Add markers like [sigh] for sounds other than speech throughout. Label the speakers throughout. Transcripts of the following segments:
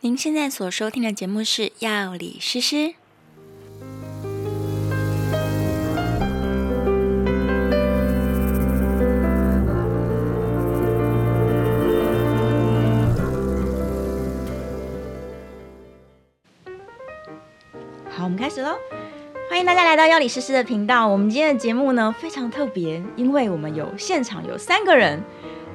Speaker 1: 您现在所收听的节目是《药理诗诗》。
Speaker 2: 好，我们开始喽！欢迎大家来到药理诗诗的频道。我们今天的节目呢非常特别，因为我们有现场有三个人，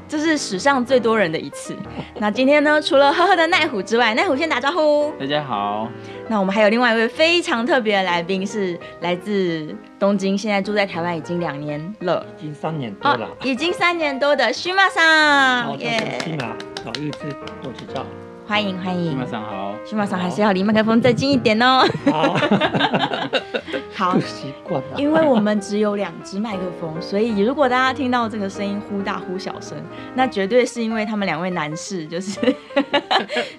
Speaker 2: 这是史上最多人的一次。那今天呢，除了呵呵的奈虎之外，奈虎先打招呼。
Speaker 3: 大家好，
Speaker 2: 那我们还有另外一位非常特别的来宾，是来自东京，现在住在台湾已经两年了，哦
Speaker 3: 已经三年多了，
Speaker 2: 已经三年多的须马
Speaker 3: 好
Speaker 2: 桑，
Speaker 3: 的，起
Speaker 2: 啊
Speaker 3: 码
Speaker 4: 哦
Speaker 3: 早日知我知道。
Speaker 2: 欢迎欢
Speaker 3: 起
Speaker 2: 迎
Speaker 3: 码。上好，
Speaker 2: 须马桑还是要离麦克风再近一点
Speaker 3: [laughs]
Speaker 2: 哦。
Speaker 3: 好，
Speaker 4: [laughs]
Speaker 2: 好
Speaker 3: 不，习惯了。
Speaker 2: 因为我们只有两只麦克风，所以如果大家听到这个声音忽大忽小声，那绝对是因为他们两位男士就是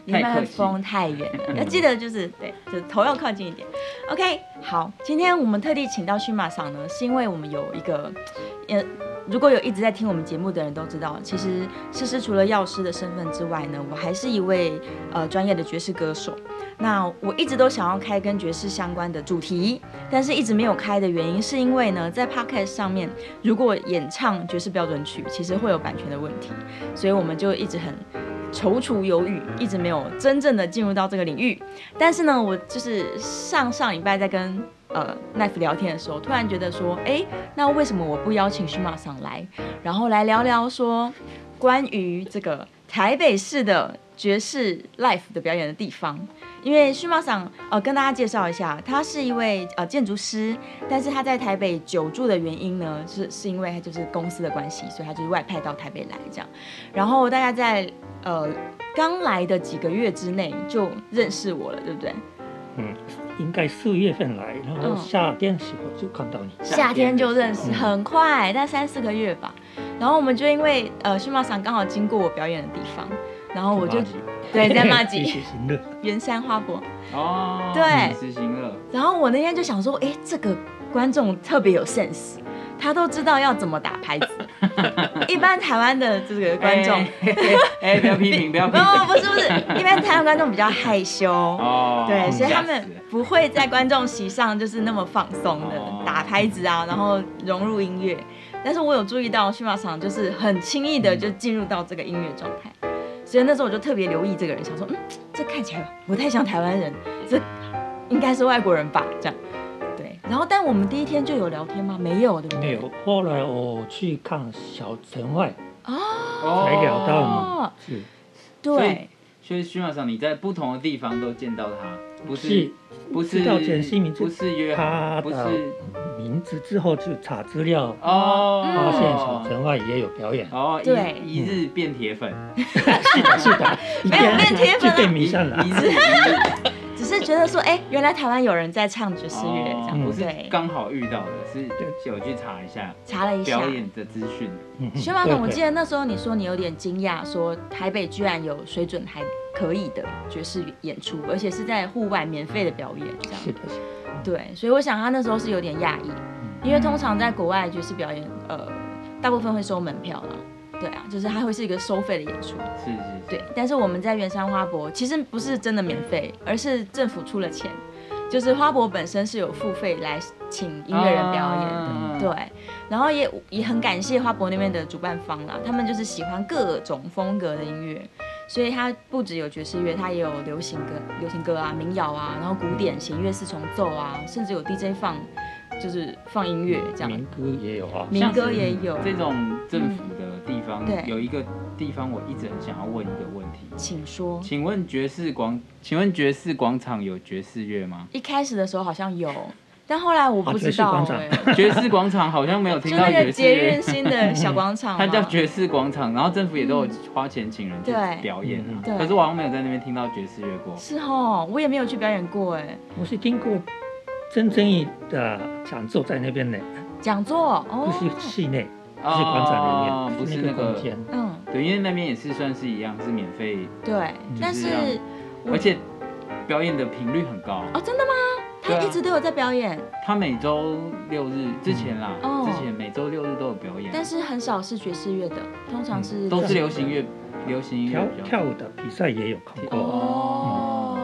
Speaker 2: 离麦克风太远了，要记得就是对，就是头要靠近一点。OK，好，今天我们特地请到驯马桑呢，是因为我们有一个，呃，如果有一直在听我们节目的人都知道，其实诗诗除了药师的身份之外呢，我还是一位呃专业的爵士歌手。那我一直都想要开跟爵士相关的主题，但是一直没有开的原因，是因为呢，在 podcast 上面如果演唱爵士标准曲，其实会有版权的问题，所以我们就一直很踌躇犹豫，一直没有真正的进入到这个领域。但是呢，我就是上上礼拜在跟呃 Knife 聊天的时候，突然觉得说，哎，那为什么我不邀请徐马上来，然后来聊聊说关于这个台北市的爵士 l i f e 的表演的地方？因为徐茂赏，呃，跟大家介绍一下，他是一位呃建筑师，但是他在台北久住的原因呢，是是因为他就是公司的关系，所以他就是外派到台北来这样。然后大家在呃刚来的几个月之内就认识我了，对不对？
Speaker 4: 嗯，应该四月份来，然后
Speaker 2: 嗯
Speaker 4: 夏天时候就看到你。
Speaker 2: 夏天就认识，
Speaker 4: 嗯
Speaker 2: 很快，但三四个月吧。然后我们就因为呃训茂场刚好经过我表演的地方，然后我就 [laughs] 对在骂
Speaker 4: [laughs] 继
Speaker 2: 吉
Speaker 4: 续行乐，
Speaker 2: 圆山花博，
Speaker 3: 哦，
Speaker 2: 对
Speaker 3: 执行了，
Speaker 2: 然后我那天就想说，哎，这个观众特别有 sense，他都知道要怎么打拍 [laughs] 子。一般台湾的这个观众，
Speaker 3: 哎，哎哎哎不要批评，不要批
Speaker 2: 不 [laughs]
Speaker 3: 评。
Speaker 2: 不不是不是，一般台湾观众比较害羞。
Speaker 3: 哦，
Speaker 2: 对，所以他
Speaker 3: 吓
Speaker 2: 们
Speaker 3: 死了
Speaker 2: 不会在观众席上就是那么放松的
Speaker 3: 哦
Speaker 2: 打拍子啊，然后融入音乐。但是我有注意到驯马场就是很轻易的就进入到这个音乐状态，所以那时候我就特别留意这个人，想说，嗯，这看起来不太像台湾人，这应该是外国人吧？这样，对。然后，但我们第一天就有聊天吗？没有，对不对？
Speaker 4: 没有。后来我去看小城外，
Speaker 3: 哦
Speaker 4: 才聊到你
Speaker 2: 哦，
Speaker 4: 是
Speaker 3: 所
Speaker 2: 对
Speaker 3: 以，所以徐马上你在不同的地方都见到他，不是
Speaker 4: 是
Speaker 3: 不是
Speaker 4: 知道全新名字
Speaker 3: 不是约
Speaker 4: 他
Speaker 3: 不
Speaker 4: 的
Speaker 3: 是
Speaker 4: 名字之后就查资料，
Speaker 3: 哦，
Speaker 4: 发现小城外也有表演，
Speaker 3: 哦，
Speaker 2: 嗯对
Speaker 3: 一一日变铁粉，
Speaker 4: 是的，是的，一
Speaker 2: 没有
Speaker 4: 变
Speaker 2: 变贴粉
Speaker 4: 就变
Speaker 2: 啊，
Speaker 4: [laughs] 迷上了
Speaker 3: 一。日一日
Speaker 2: [laughs] 只是觉得说，哎，原来台湾有人在唱爵士乐，这样
Speaker 3: 哦不是
Speaker 2: 对。
Speaker 3: 刚好遇到的，是有去查一下
Speaker 2: 查了一下
Speaker 3: 表，演的资讯。
Speaker 4: 嗯
Speaker 2: 薛马总，我
Speaker 4: 对对
Speaker 2: 记得那时候你说你有点惊讶，说台北居然有水准还可以的爵士演出，而且是在户外免费的表演，这样
Speaker 4: 是嗯的，是的
Speaker 2: 对，所以我想他那时候是有点讶异，因为通常在国外爵士表演，呃，大部分会收门票啦，对啊，就是它会是一个收费的演出，
Speaker 3: 是是是，
Speaker 2: 对，但是我们在圆山花博其实不是真的免费，而是政府出了钱，就是花博本身是有付费来请音乐人表演的，
Speaker 3: 啊
Speaker 2: 对，然后也也很感谢花博那边的主办方啦，他们就是喜欢各种风格的音乐，所以它不只有爵士乐，它也有流行歌、流行歌啊、民谣啊，然后古典弦乐四重奏啊，甚至有 DJ 放就是放音乐这样，
Speaker 4: 民歌也有啊，
Speaker 2: 民歌也有，
Speaker 3: 这种政府的地
Speaker 2: 嗯
Speaker 3: 方，
Speaker 2: 对
Speaker 3: 有一个地方我一直很想要问一个问题，
Speaker 2: 请说。
Speaker 3: 请问爵士广，请问爵士广场有爵士
Speaker 2: [laughs]？
Speaker 3: 乐吗
Speaker 2: 一开始的时候好像有，但后来我不
Speaker 4: 哦
Speaker 2: 知
Speaker 4: 爵士
Speaker 2: 道
Speaker 4: 广场
Speaker 2: 哎
Speaker 3: 爵士广场好像没有听
Speaker 2: 就
Speaker 3: 到
Speaker 2: 那
Speaker 3: 爵
Speaker 2: 个
Speaker 3: 士
Speaker 2: 捷运
Speaker 3: 乐，
Speaker 2: 新的小广场嘛，
Speaker 3: 它叫爵士广场，然后政府也都有花钱请人去
Speaker 2: 对
Speaker 3: 表演啊
Speaker 4: 嗯，
Speaker 2: 对
Speaker 3: 可是我好像没有在那边听到爵士乐过。
Speaker 2: 是哦，我也没有去表演过哎，
Speaker 4: 我是听过真正义的讲座在那边呢，
Speaker 2: 讲座
Speaker 4: 不
Speaker 2: 哦，
Speaker 4: 是室内，不是广场
Speaker 3: 哦
Speaker 4: 里面，
Speaker 3: 不是那
Speaker 4: 那个
Speaker 3: 个
Speaker 4: 空，间。
Speaker 2: 嗯，
Speaker 3: 对，因为那边也是算是一样是免费，
Speaker 2: 对，但是
Speaker 3: 这
Speaker 2: 我
Speaker 3: 而且表演的频率很高。
Speaker 2: 哦，真的吗？
Speaker 3: 对
Speaker 2: 他
Speaker 3: 啊
Speaker 2: 一直都有在表演，
Speaker 3: 他每周六日之前啦，
Speaker 2: 嗯
Speaker 3: 之前每周六日都有表演，啊
Speaker 2: 但是很少是爵士乐的，通常是
Speaker 3: 嗯都是流行乐，流行音乐
Speaker 4: 跳
Speaker 3: 比较
Speaker 4: 跳舞的比赛也有看
Speaker 3: 哦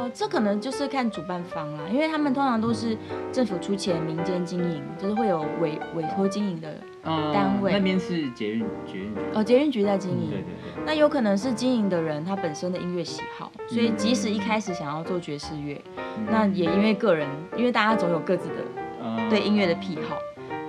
Speaker 4: 过，
Speaker 2: 这可能就是看主办方啦，因为他们通常都是政府出钱，民间经营，就是会有委委托经营的，
Speaker 3: 嗯
Speaker 2: 单位
Speaker 3: 那边是捷运捷运局，
Speaker 2: 哦，捷运局在经
Speaker 3: 对
Speaker 2: 营。
Speaker 3: 嗯对对，
Speaker 2: 那有可能是经营的人他本身的音乐喜好，所以即使一开始想要做爵士乐，
Speaker 3: 嗯
Speaker 2: 那也因为个人，因为大家总有各自的
Speaker 3: 嗯
Speaker 2: 对音乐的癖好，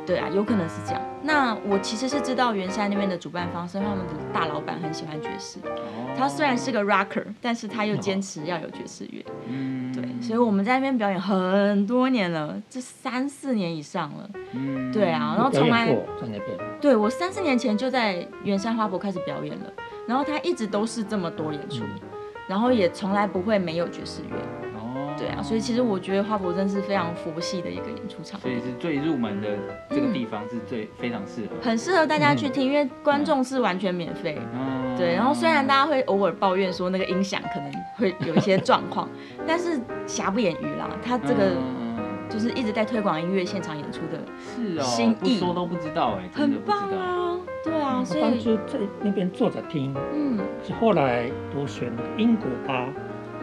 Speaker 2: 对啊，有可能是这样。那我其实是知道圆山那边的主办方，是因为他们的大老板很喜欢爵士，
Speaker 3: 哦
Speaker 2: 他虽然是个 rocker，但是他又坚持要有爵士乐，
Speaker 3: 嗯
Speaker 2: 对，所以我们在那边表演很多年了，这三四年以上了。
Speaker 3: 嗯
Speaker 2: 对啊然后
Speaker 4: 表
Speaker 2: 从来
Speaker 4: 演过在那边，
Speaker 2: 对我三四年前就在圆山花博开始表演了，然后他一直都是这么多演出，
Speaker 4: 嗯
Speaker 2: 然后也从来不会没有爵士乐，
Speaker 3: 哦
Speaker 2: 对啊，所以其实我觉得花博真是非常佛系的一个演出场
Speaker 3: 所以
Speaker 2: 地，
Speaker 3: 是最入门的这个地方是最非常适合，
Speaker 2: 很适合大家去听，因为观众是完全免费。
Speaker 3: 嗯
Speaker 2: 对，然后虽然大家会偶尔抱怨说那个音响可能会有一些状况，但是瑕不掩瑜啦，他这个
Speaker 3: 嗯
Speaker 2: 就是一直在推广音乐现场演出的，
Speaker 3: 是哦，
Speaker 2: 心
Speaker 3: 不
Speaker 2: 意
Speaker 3: 说都不知道哎，真的
Speaker 2: 很
Speaker 3: 不
Speaker 2: 棒
Speaker 3: 知道，
Speaker 2: 啊，对啊，所
Speaker 4: 我当
Speaker 2: 以
Speaker 4: 初在那边坐着听，
Speaker 2: 嗯，
Speaker 4: 是后来我选那个英国吧，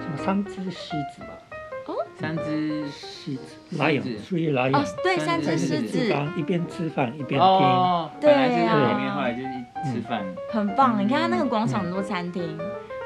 Speaker 4: 什么三只狮子吧，
Speaker 3: 三只
Speaker 4: 狮子
Speaker 3: 狮子
Speaker 4: lion，所以
Speaker 2: 哦
Speaker 4: lion，，
Speaker 2: 对，
Speaker 3: 三
Speaker 2: 三只
Speaker 3: 只狮
Speaker 2: 狮
Speaker 3: 子
Speaker 2: 子。
Speaker 4: 一边吃饭一边听，
Speaker 3: 哦，
Speaker 2: 对
Speaker 3: 本
Speaker 2: 啊
Speaker 3: 来是在里面，后来就是一吃饭，
Speaker 2: 很棒，
Speaker 3: 嗯
Speaker 2: 你看它那个广场很多餐厅，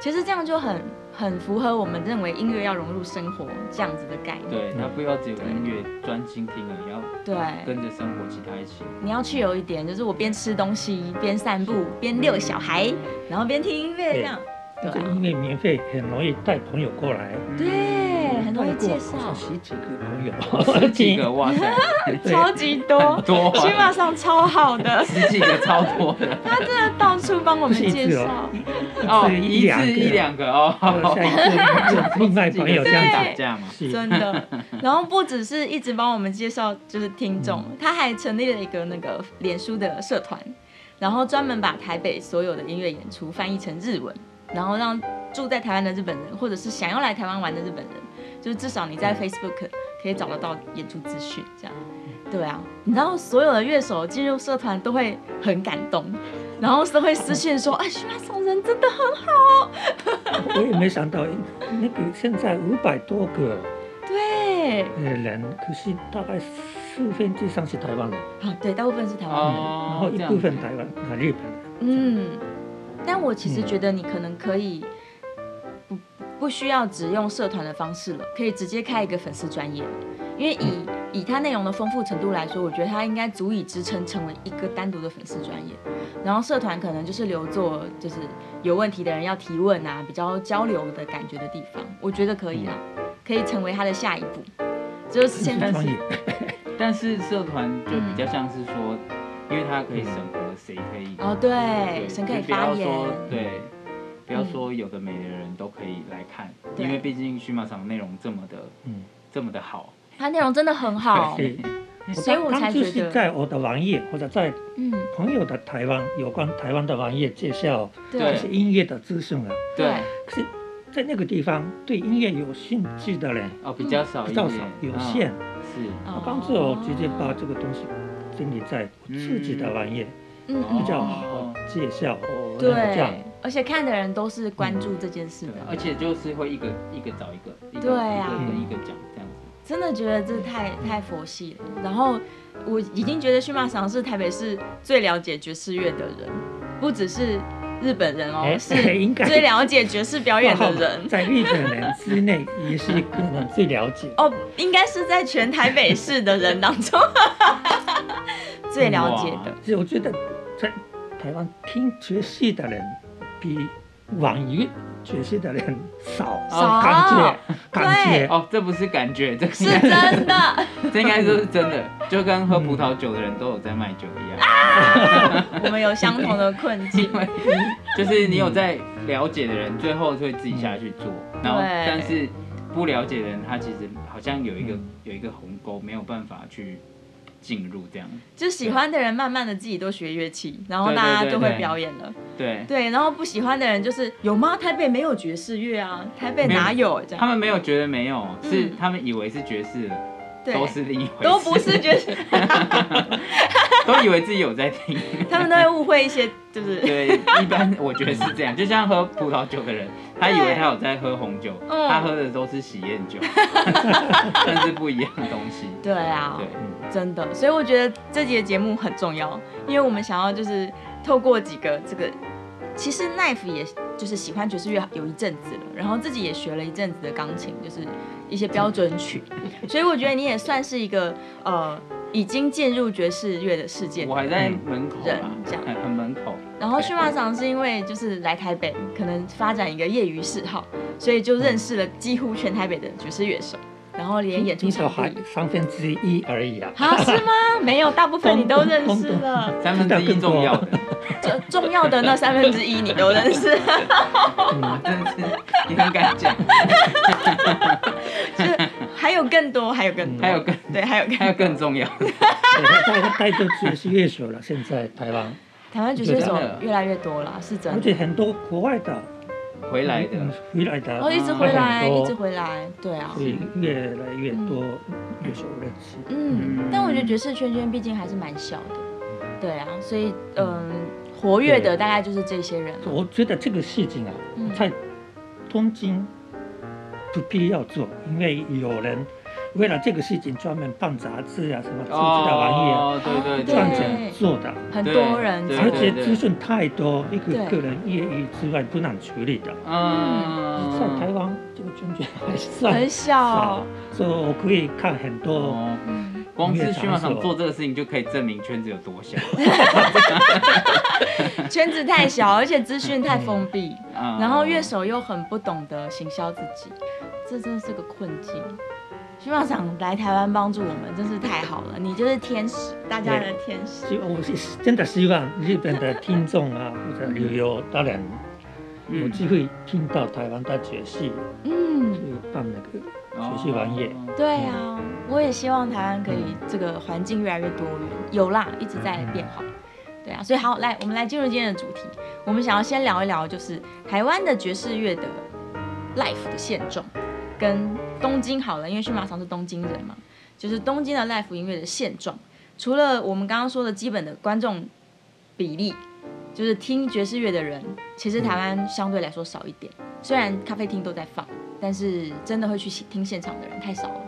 Speaker 2: 其实这样就很很符合我们认为音乐要融入生活这样子的概念。
Speaker 3: 对，他不要只有音乐专心听而已，要
Speaker 2: 对，
Speaker 3: 跟着生活其他一起，
Speaker 2: 你要去有一点，就是我边吃东西边散步边遛小孩，
Speaker 3: 嗯
Speaker 2: 然后边听音乐这样。对
Speaker 4: 那个
Speaker 2: 啊
Speaker 4: 音，乐免费，很容易带朋友过来。
Speaker 3: 嗯
Speaker 2: 对，很容易
Speaker 4: 带过
Speaker 2: 介
Speaker 4: 好
Speaker 2: 绍
Speaker 4: 像，十几个朋友，
Speaker 3: 十几个，哇塞，
Speaker 4: [laughs] 对
Speaker 2: 超级
Speaker 3: 很
Speaker 2: 多，
Speaker 3: 多
Speaker 2: 起
Speaker 3: 啊，，
Speaker 2: 码上超好的
Speaker 3: 十几个超多的，
Speaker 2: 他真的到处帮我们
Speaker 4: 不是一
Speaker 2: 介
Speaker 4: 次
Speaker 2: 绍
Speaker 4: 哦。，
Speaker 3: 哦，
Speaker 4: 是
Speaker 3: 一次一两个
Speaker 4: 哦
Speaker 3: 哦，
Speaker 4: 下一 [laughs] 次就另外朋友这样
Speaker 3: 打
Speaker 4: 子，
Speaker 3: 架嘛，
Speaker 4: 是
Speaker 2: 真的。然后不只是一直帮我们介绍，就是听众，他还成立了一个那个脸书的社团，然后专门把台北所有的音乐演出翻译成日文，然后让住在台湾的日本人，或者是想要来台湾玩的日本人，就是至少你在 Facebook 可以找得到演出资讯，这样。对啊，你知道所有的乐手进入社团都会很感动，然后都会私信说：“哎，徐马送人真的很好。
Speaker 4: 我也没想到，那个现在五百多个”
Speaker 2: 对，
Speaker 4: 呃人，可是大概四分之三是台湾人，
Speaker 2: 啊，对，大部分是台湾人。
Speaker 4: 然后
Speaker 3: 哦，
Speaker 4: 一
Speaker 3: 这样
Speaker 4: 部分台湾啊日本人，
Speaker 2: 嗯，但我其实
Speaker 4: 嗯
Speaker 2: 觉得你可能可以不不需要只用社团的方式了，可以直接开一个粉丝专业，因为以以它内容的丰富程度来说，我觉得它应该足以支撑成为一个单独的粉丝专业。然后社团可能就是留作就是有问题的人要提问啊，比较交流的感觉的地方，我觉得可以啦，可以成为它的下一步。就是现在
Speaker 4: 创业，
Speaker 3: 但是社团就比较像是说，因为它可以审核谁可以，
Speaker 2: 哦，对，神可以
Speaker 3: 就不要
Speaker 2: 发言，
Speaker 3: 说对，不要说有的没的人都可以来看，
Speaker 2: 对
Speaker 3: 因为毕竟驯马场内容这么的
Speaker 4: 嗯，
Speaker 3: 这么的好，
Speaker 2: 它内容真的很
Speaker 3: [laughs]
Speaker 2: 好，
Speaker 4: 对。
Speaker 2: 所以我
Speaker 4: 他
Speaker 2: 才
Speaker 4: 们就
Speaker 2: 觉
Speaker 4: 是
Speaker 2: 得，
Speaker 4: 在我的网页或者在
Speaker 2: 嗯，
Speaker 4: 朋友的台湾有关台湾的网页介绍这
Speaker 3: 对
Speaker 4: 些音乐的资讯啊，
Speaker 3: 对，
Speaker 4: 可是，在那个地方对音乐有兴趣的人
Speaker 3: 哦，比较少一
Speaker 4: 比
Speaker 3: 点
Speaker 4: 较少，，有限。
Speaker 3: 嗯，是，
Speaker 2: 哦
Speaker 4: 我帮助我直接把这个东西整理在我自己的网页，
Speaker 2: 嗯
Speaker 4: 比较
Speaker 3: 哦
Speaker 4: 好介绍。哦，那个这样嗯
Speaker 2: 对，而且看的人都是关注这件事
Speaker 3: 对
Speaker 2: 的，，
Speaker 3: 而且就是会一个一个找一个，一个
Speaker 2: 对啊
Speaker 3: 一个一个讲这样子，
Speaker 2: 真的觉得这太太佛系了。然后我已经觉得驯马赏是台北市最了解爵士乐的人，不只是日本人哦，
Speaker 4: 哎，
Speaker 2: 是
Speaker 4: [laughs] 应该
Speaker 2: 最了解爵士表演的
Speaker 4: [laughs]
Speaker 2: 人
Speaker 4: 在日本人之内也是可能最了解。
Speaker 2: 哦，应该是在全台北市的人当中 [laughs] 最了解的。
Speaker 4: 所以我觉得在台湾听爵士的人比网易爵士的人少，哦
Speaker 2: 少
Speaker 4: 感觉感觉
Speaker 3: 哦，这不是感觉，这个
Speaker 2: 是真的，
Speaker 3: 这应该都是真的，就跟喝葡萄酒的人都有在卖酒一
Speaker 2: 嗯
Speaker 3: 样，
Speaker 2: 啊我们有相同的困境
Speaker 3: 因。为就是你有在了解的人，最后会自己下去做，然后
Speaker 2: 嗯对
Speaker 3: 但是不了解的人，他其实好像有一个
Speaker 4: 嗯
Speaker 3: 有一个鸿沟，没有办法去进入这样。
Speaker 2: 就喜欢的人慢慢的自己都学乐器，然后大家就会表演了。
Speaker 3: 对，
Speaker 2: 对，然后不喜欢的人就是有吗？台北没有爵士乐啊，台北哪有这
Speaker 3: 他
Speaker 2: 样？
Speaker 3: 们没有觉得没有，
Speaker 2: 嗯
Speaker 3: 是他们以为是爵士了，
Speaker 2: 对
Speaker 3: 都是另一回事，
Speaker 2: 都不是，就是
Speaker 3: [laughs] 都以为自己有在听。
Speaker 2: 他们都会误会一些，就是
Speaker 3: [laughs] 对，一般我觉得是这样，就像喝葡萄酒的人，他以为他有在喝红酒，
Speaker 2: 嗯
Speaker 3: 他喝的都是喜宴
Speaker 2: [laughs]
Speaker 3: 酒，但是不一样的东西。
Speaker 2: 对啊
Speaker 3: 对，，
Speaker 2: 真的。所以我觉得这集的节目很重要，因为我们想要就是透过几个这个，其实 Knife 也就是喜欢爵士乐有一阵子了，然后自己也学了一阵子的钢琴，就是一些标准曲，所以我觉得你也算是一个呃已经进入爵士乐的世界
Speaker 3: 我还在门口
Speaker 2: 人
Speaker 3: 啊，
Speaker 2: 这样
Speaker 3: 很很门口。
Speaker 2: 然后驯马场是因为就是来台北，可能发展一个业余嗜好，所以就认识了几乎全台北的爵士乐手，然后连演出
Speaker 4: 至少
Speaker 2: 场
Speaker 4: 还
Speaker 2: 地。
Speaker 4: 三分之一而已啊。
Speaker 2: 啊，是吗？没有，大部分你都认识了，
Speaker 3: 三分之一重要的，
Speaker 2: 重重要的那三分之一你都认识，
Speaker 4: 嗯，
Speaker 3: 哦真是你很敢讲，
Speaker 2: 就是还有更多，还有更多，
Speaker 3: 还
Speaker 2: [laughs]
Speaker 3: 有更
Speaker 2: 对，还有更
Speaker 3: 还有更重要的，
Speaker 4: 对太太多爵士乐手了，现在台
Speaker 2: [laughs]
Speaker 4: 湾，
Speaker 2: 台湾爵士乐手
Speaker 3: 真的
Speaker 2: 越来越多了，是真
Speaker 4: 而
Speaker 2: 的。
Speaker 4: 且很多国外的
Speaker 3: 回来
Speaker 4: [laughs]
Speaker 3: 的
Speaker 4: 嗯，回来的，
Speaker 2: 然哦后一直回来，
Speaker 4: 很多
Speaker 2: 一直回来，对啊，
Speaker 4: 会嗯越来越多乐手认识。
Speaker 2: 嗯
Speaker 3: 嗯，
Speaker 2: 但我觉得爵士圈圈毕竟还是蛮小的，对啊，所以嗯，活跃的大概就是这些人了。
Speaker 4: 我觉得这个事情啊
Speaker 2: 嗯，
Speaker 4: 在东京不必要做，因为有人为了这个事情专门办杂志啊，什么自己的玩意啊，
Speaker 3: 哦，对对对，
Speaker 4: 赚
Speaker 2: 对
Speaker 4: 钱做的。
Speaker 2: 很多人
Speaker 3: 对
Speaker 4: 而
Speaker 2: 在
Speaker 4: 且资讯太多，一个
Speaker 2: 对
Speaker 4: 个人业余之外不能处理的。在台
Speaker 3: 嗯，
Speaker 4: 湾这个圈圈还算
Speaker 2: 很
Speaker 4: 少
Speaker 2: 小，，
Speaker 4: 所以我可以看很多。
Speaker 3: 哦，
Speaker 2: 嗯，
Speaker 3: 光是驯马场做这个事情就可以证明圈子有多
Speaker 2: [laughs]
Speaker 3: 小，
Speaker 2: 圈子太小，而且资讯太封闭，
Speaker 3: 嗯
Speaker 2: 然后乐手又很不懂得行销自己，这真的是个困境。希望想来台湾帮助我们，真是太好了，你就是天使，大家的天使。
Speaker 4: 希望我是真的希望日本的听众啊，或者旅游当然有
Speaker 3: 嗯
Speaker 4: 机会听到台湾的爵士，就
Speaker 2: 嗯，
Speaker 4: 办那个
Speaker 3: 哦
Speaker 4: 爵士玩业。
Speaker 2: 对啊，我也希望台湾可以这个环境越来越多元，有啦，一直在变好。对啊，所以好，来我们来进入今天的主题，我们想要先聊一聊就是台湾的爵士乐的 life 的现状，跟东京好了，因为驯马场是东京人嘛，就是东京的 life 音乐的现状。除了我们刚刚说的基本的观众比例，就是听爵士乐的人，其实台湾相对来说少一点。虽然咖啡厅都在放，但是真的会去听现场的人太少了。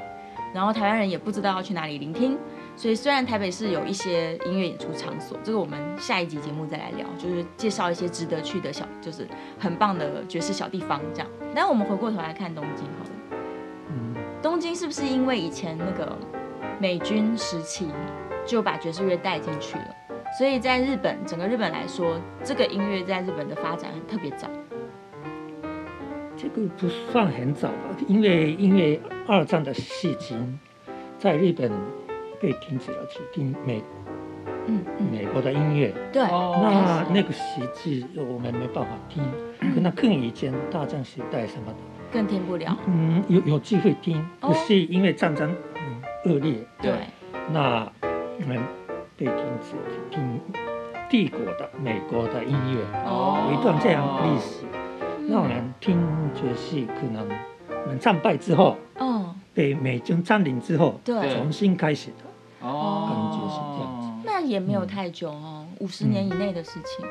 Speaker 2: 然后台湾人也不知道要去哪里聆听，所以虽然台北市有一些音乐演出场所，这个我们下一集节目再来聊，就是介绍一些值得去的小，就是很棒的爵士小地方这样。但我们回过头来看东京好了。
Speaker 4: 嗯，
Speaker 2: 东京是不是因为以前那个美军时期就把爵士乐带进去了？所以在日本，整个日本来说，这个音乐在日本的发展很特别早。
Speaker 4: 这个不算很早吧，因为因为二战的事情，在日本被停止了去听美
Speaker 2: 嗯嗯，
Speaker 4: 美国的音乐。
Speaker 2: 对，
Speaker 3: 哦
Speaker 4: 那那个时期我们没办法听，可能更以前大战时代什么的，
Speaker 2: 更听不了。
Speaker 4: 嗯，有有机会听，
Speaker 2: 哦
Speaker 4: 可是因为战争嗯恶劣，
Speaker 3: 对
Speaker 2: 对，
Speaker 4: 那我们被停止听帝国的美国的音乐，有一段这样历史，让人听爵士可能我们战败之后
Speaker 2: 哦，
Speaker 4: 被美军占领之后
Speaker 2: 对
Speaker 3: 对，
Speaker 4: 重新开始的，
Speaker 3: 哦，
Speaker 2: 那也没有太久哦，五十年以内的事情。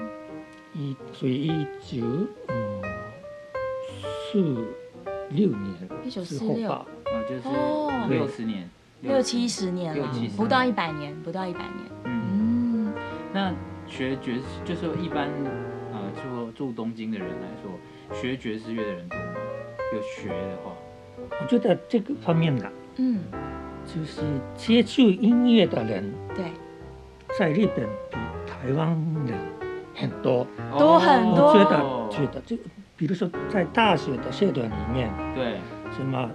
Speaker 4: 一所以一九嗯四六年之后
Speaker 2: 1946
Speaker 4: 吧。
Speaker 3: 那就是六十年，
Speaker 2: 六七，十年
Speaker 3: 嗯六
Speaker 2: 了
Speaker 3: 七十，
Speaker 2: 不到一百年，不到一百年。嗯，
Speaker 3: 嗯。那学爵士就是一般呃住住东京的人来说，学爵士乐的人多吗？有学的话，
Speaker 4: 我觉得这个方面呢，
Speaker 2: 嗯，
Speaker 4: 就是接触音乐的人
Speaker 2: 对，
Speaker 4: 在日本比台湾人很多。
Speaker 2: 多很多
Speaker 4: 我哦觉得，觉
Speaker 2: 哦
Speaker 4: 得就比如说在大学的社团里面，
Speaker 3: 对
Speaker 4: 什么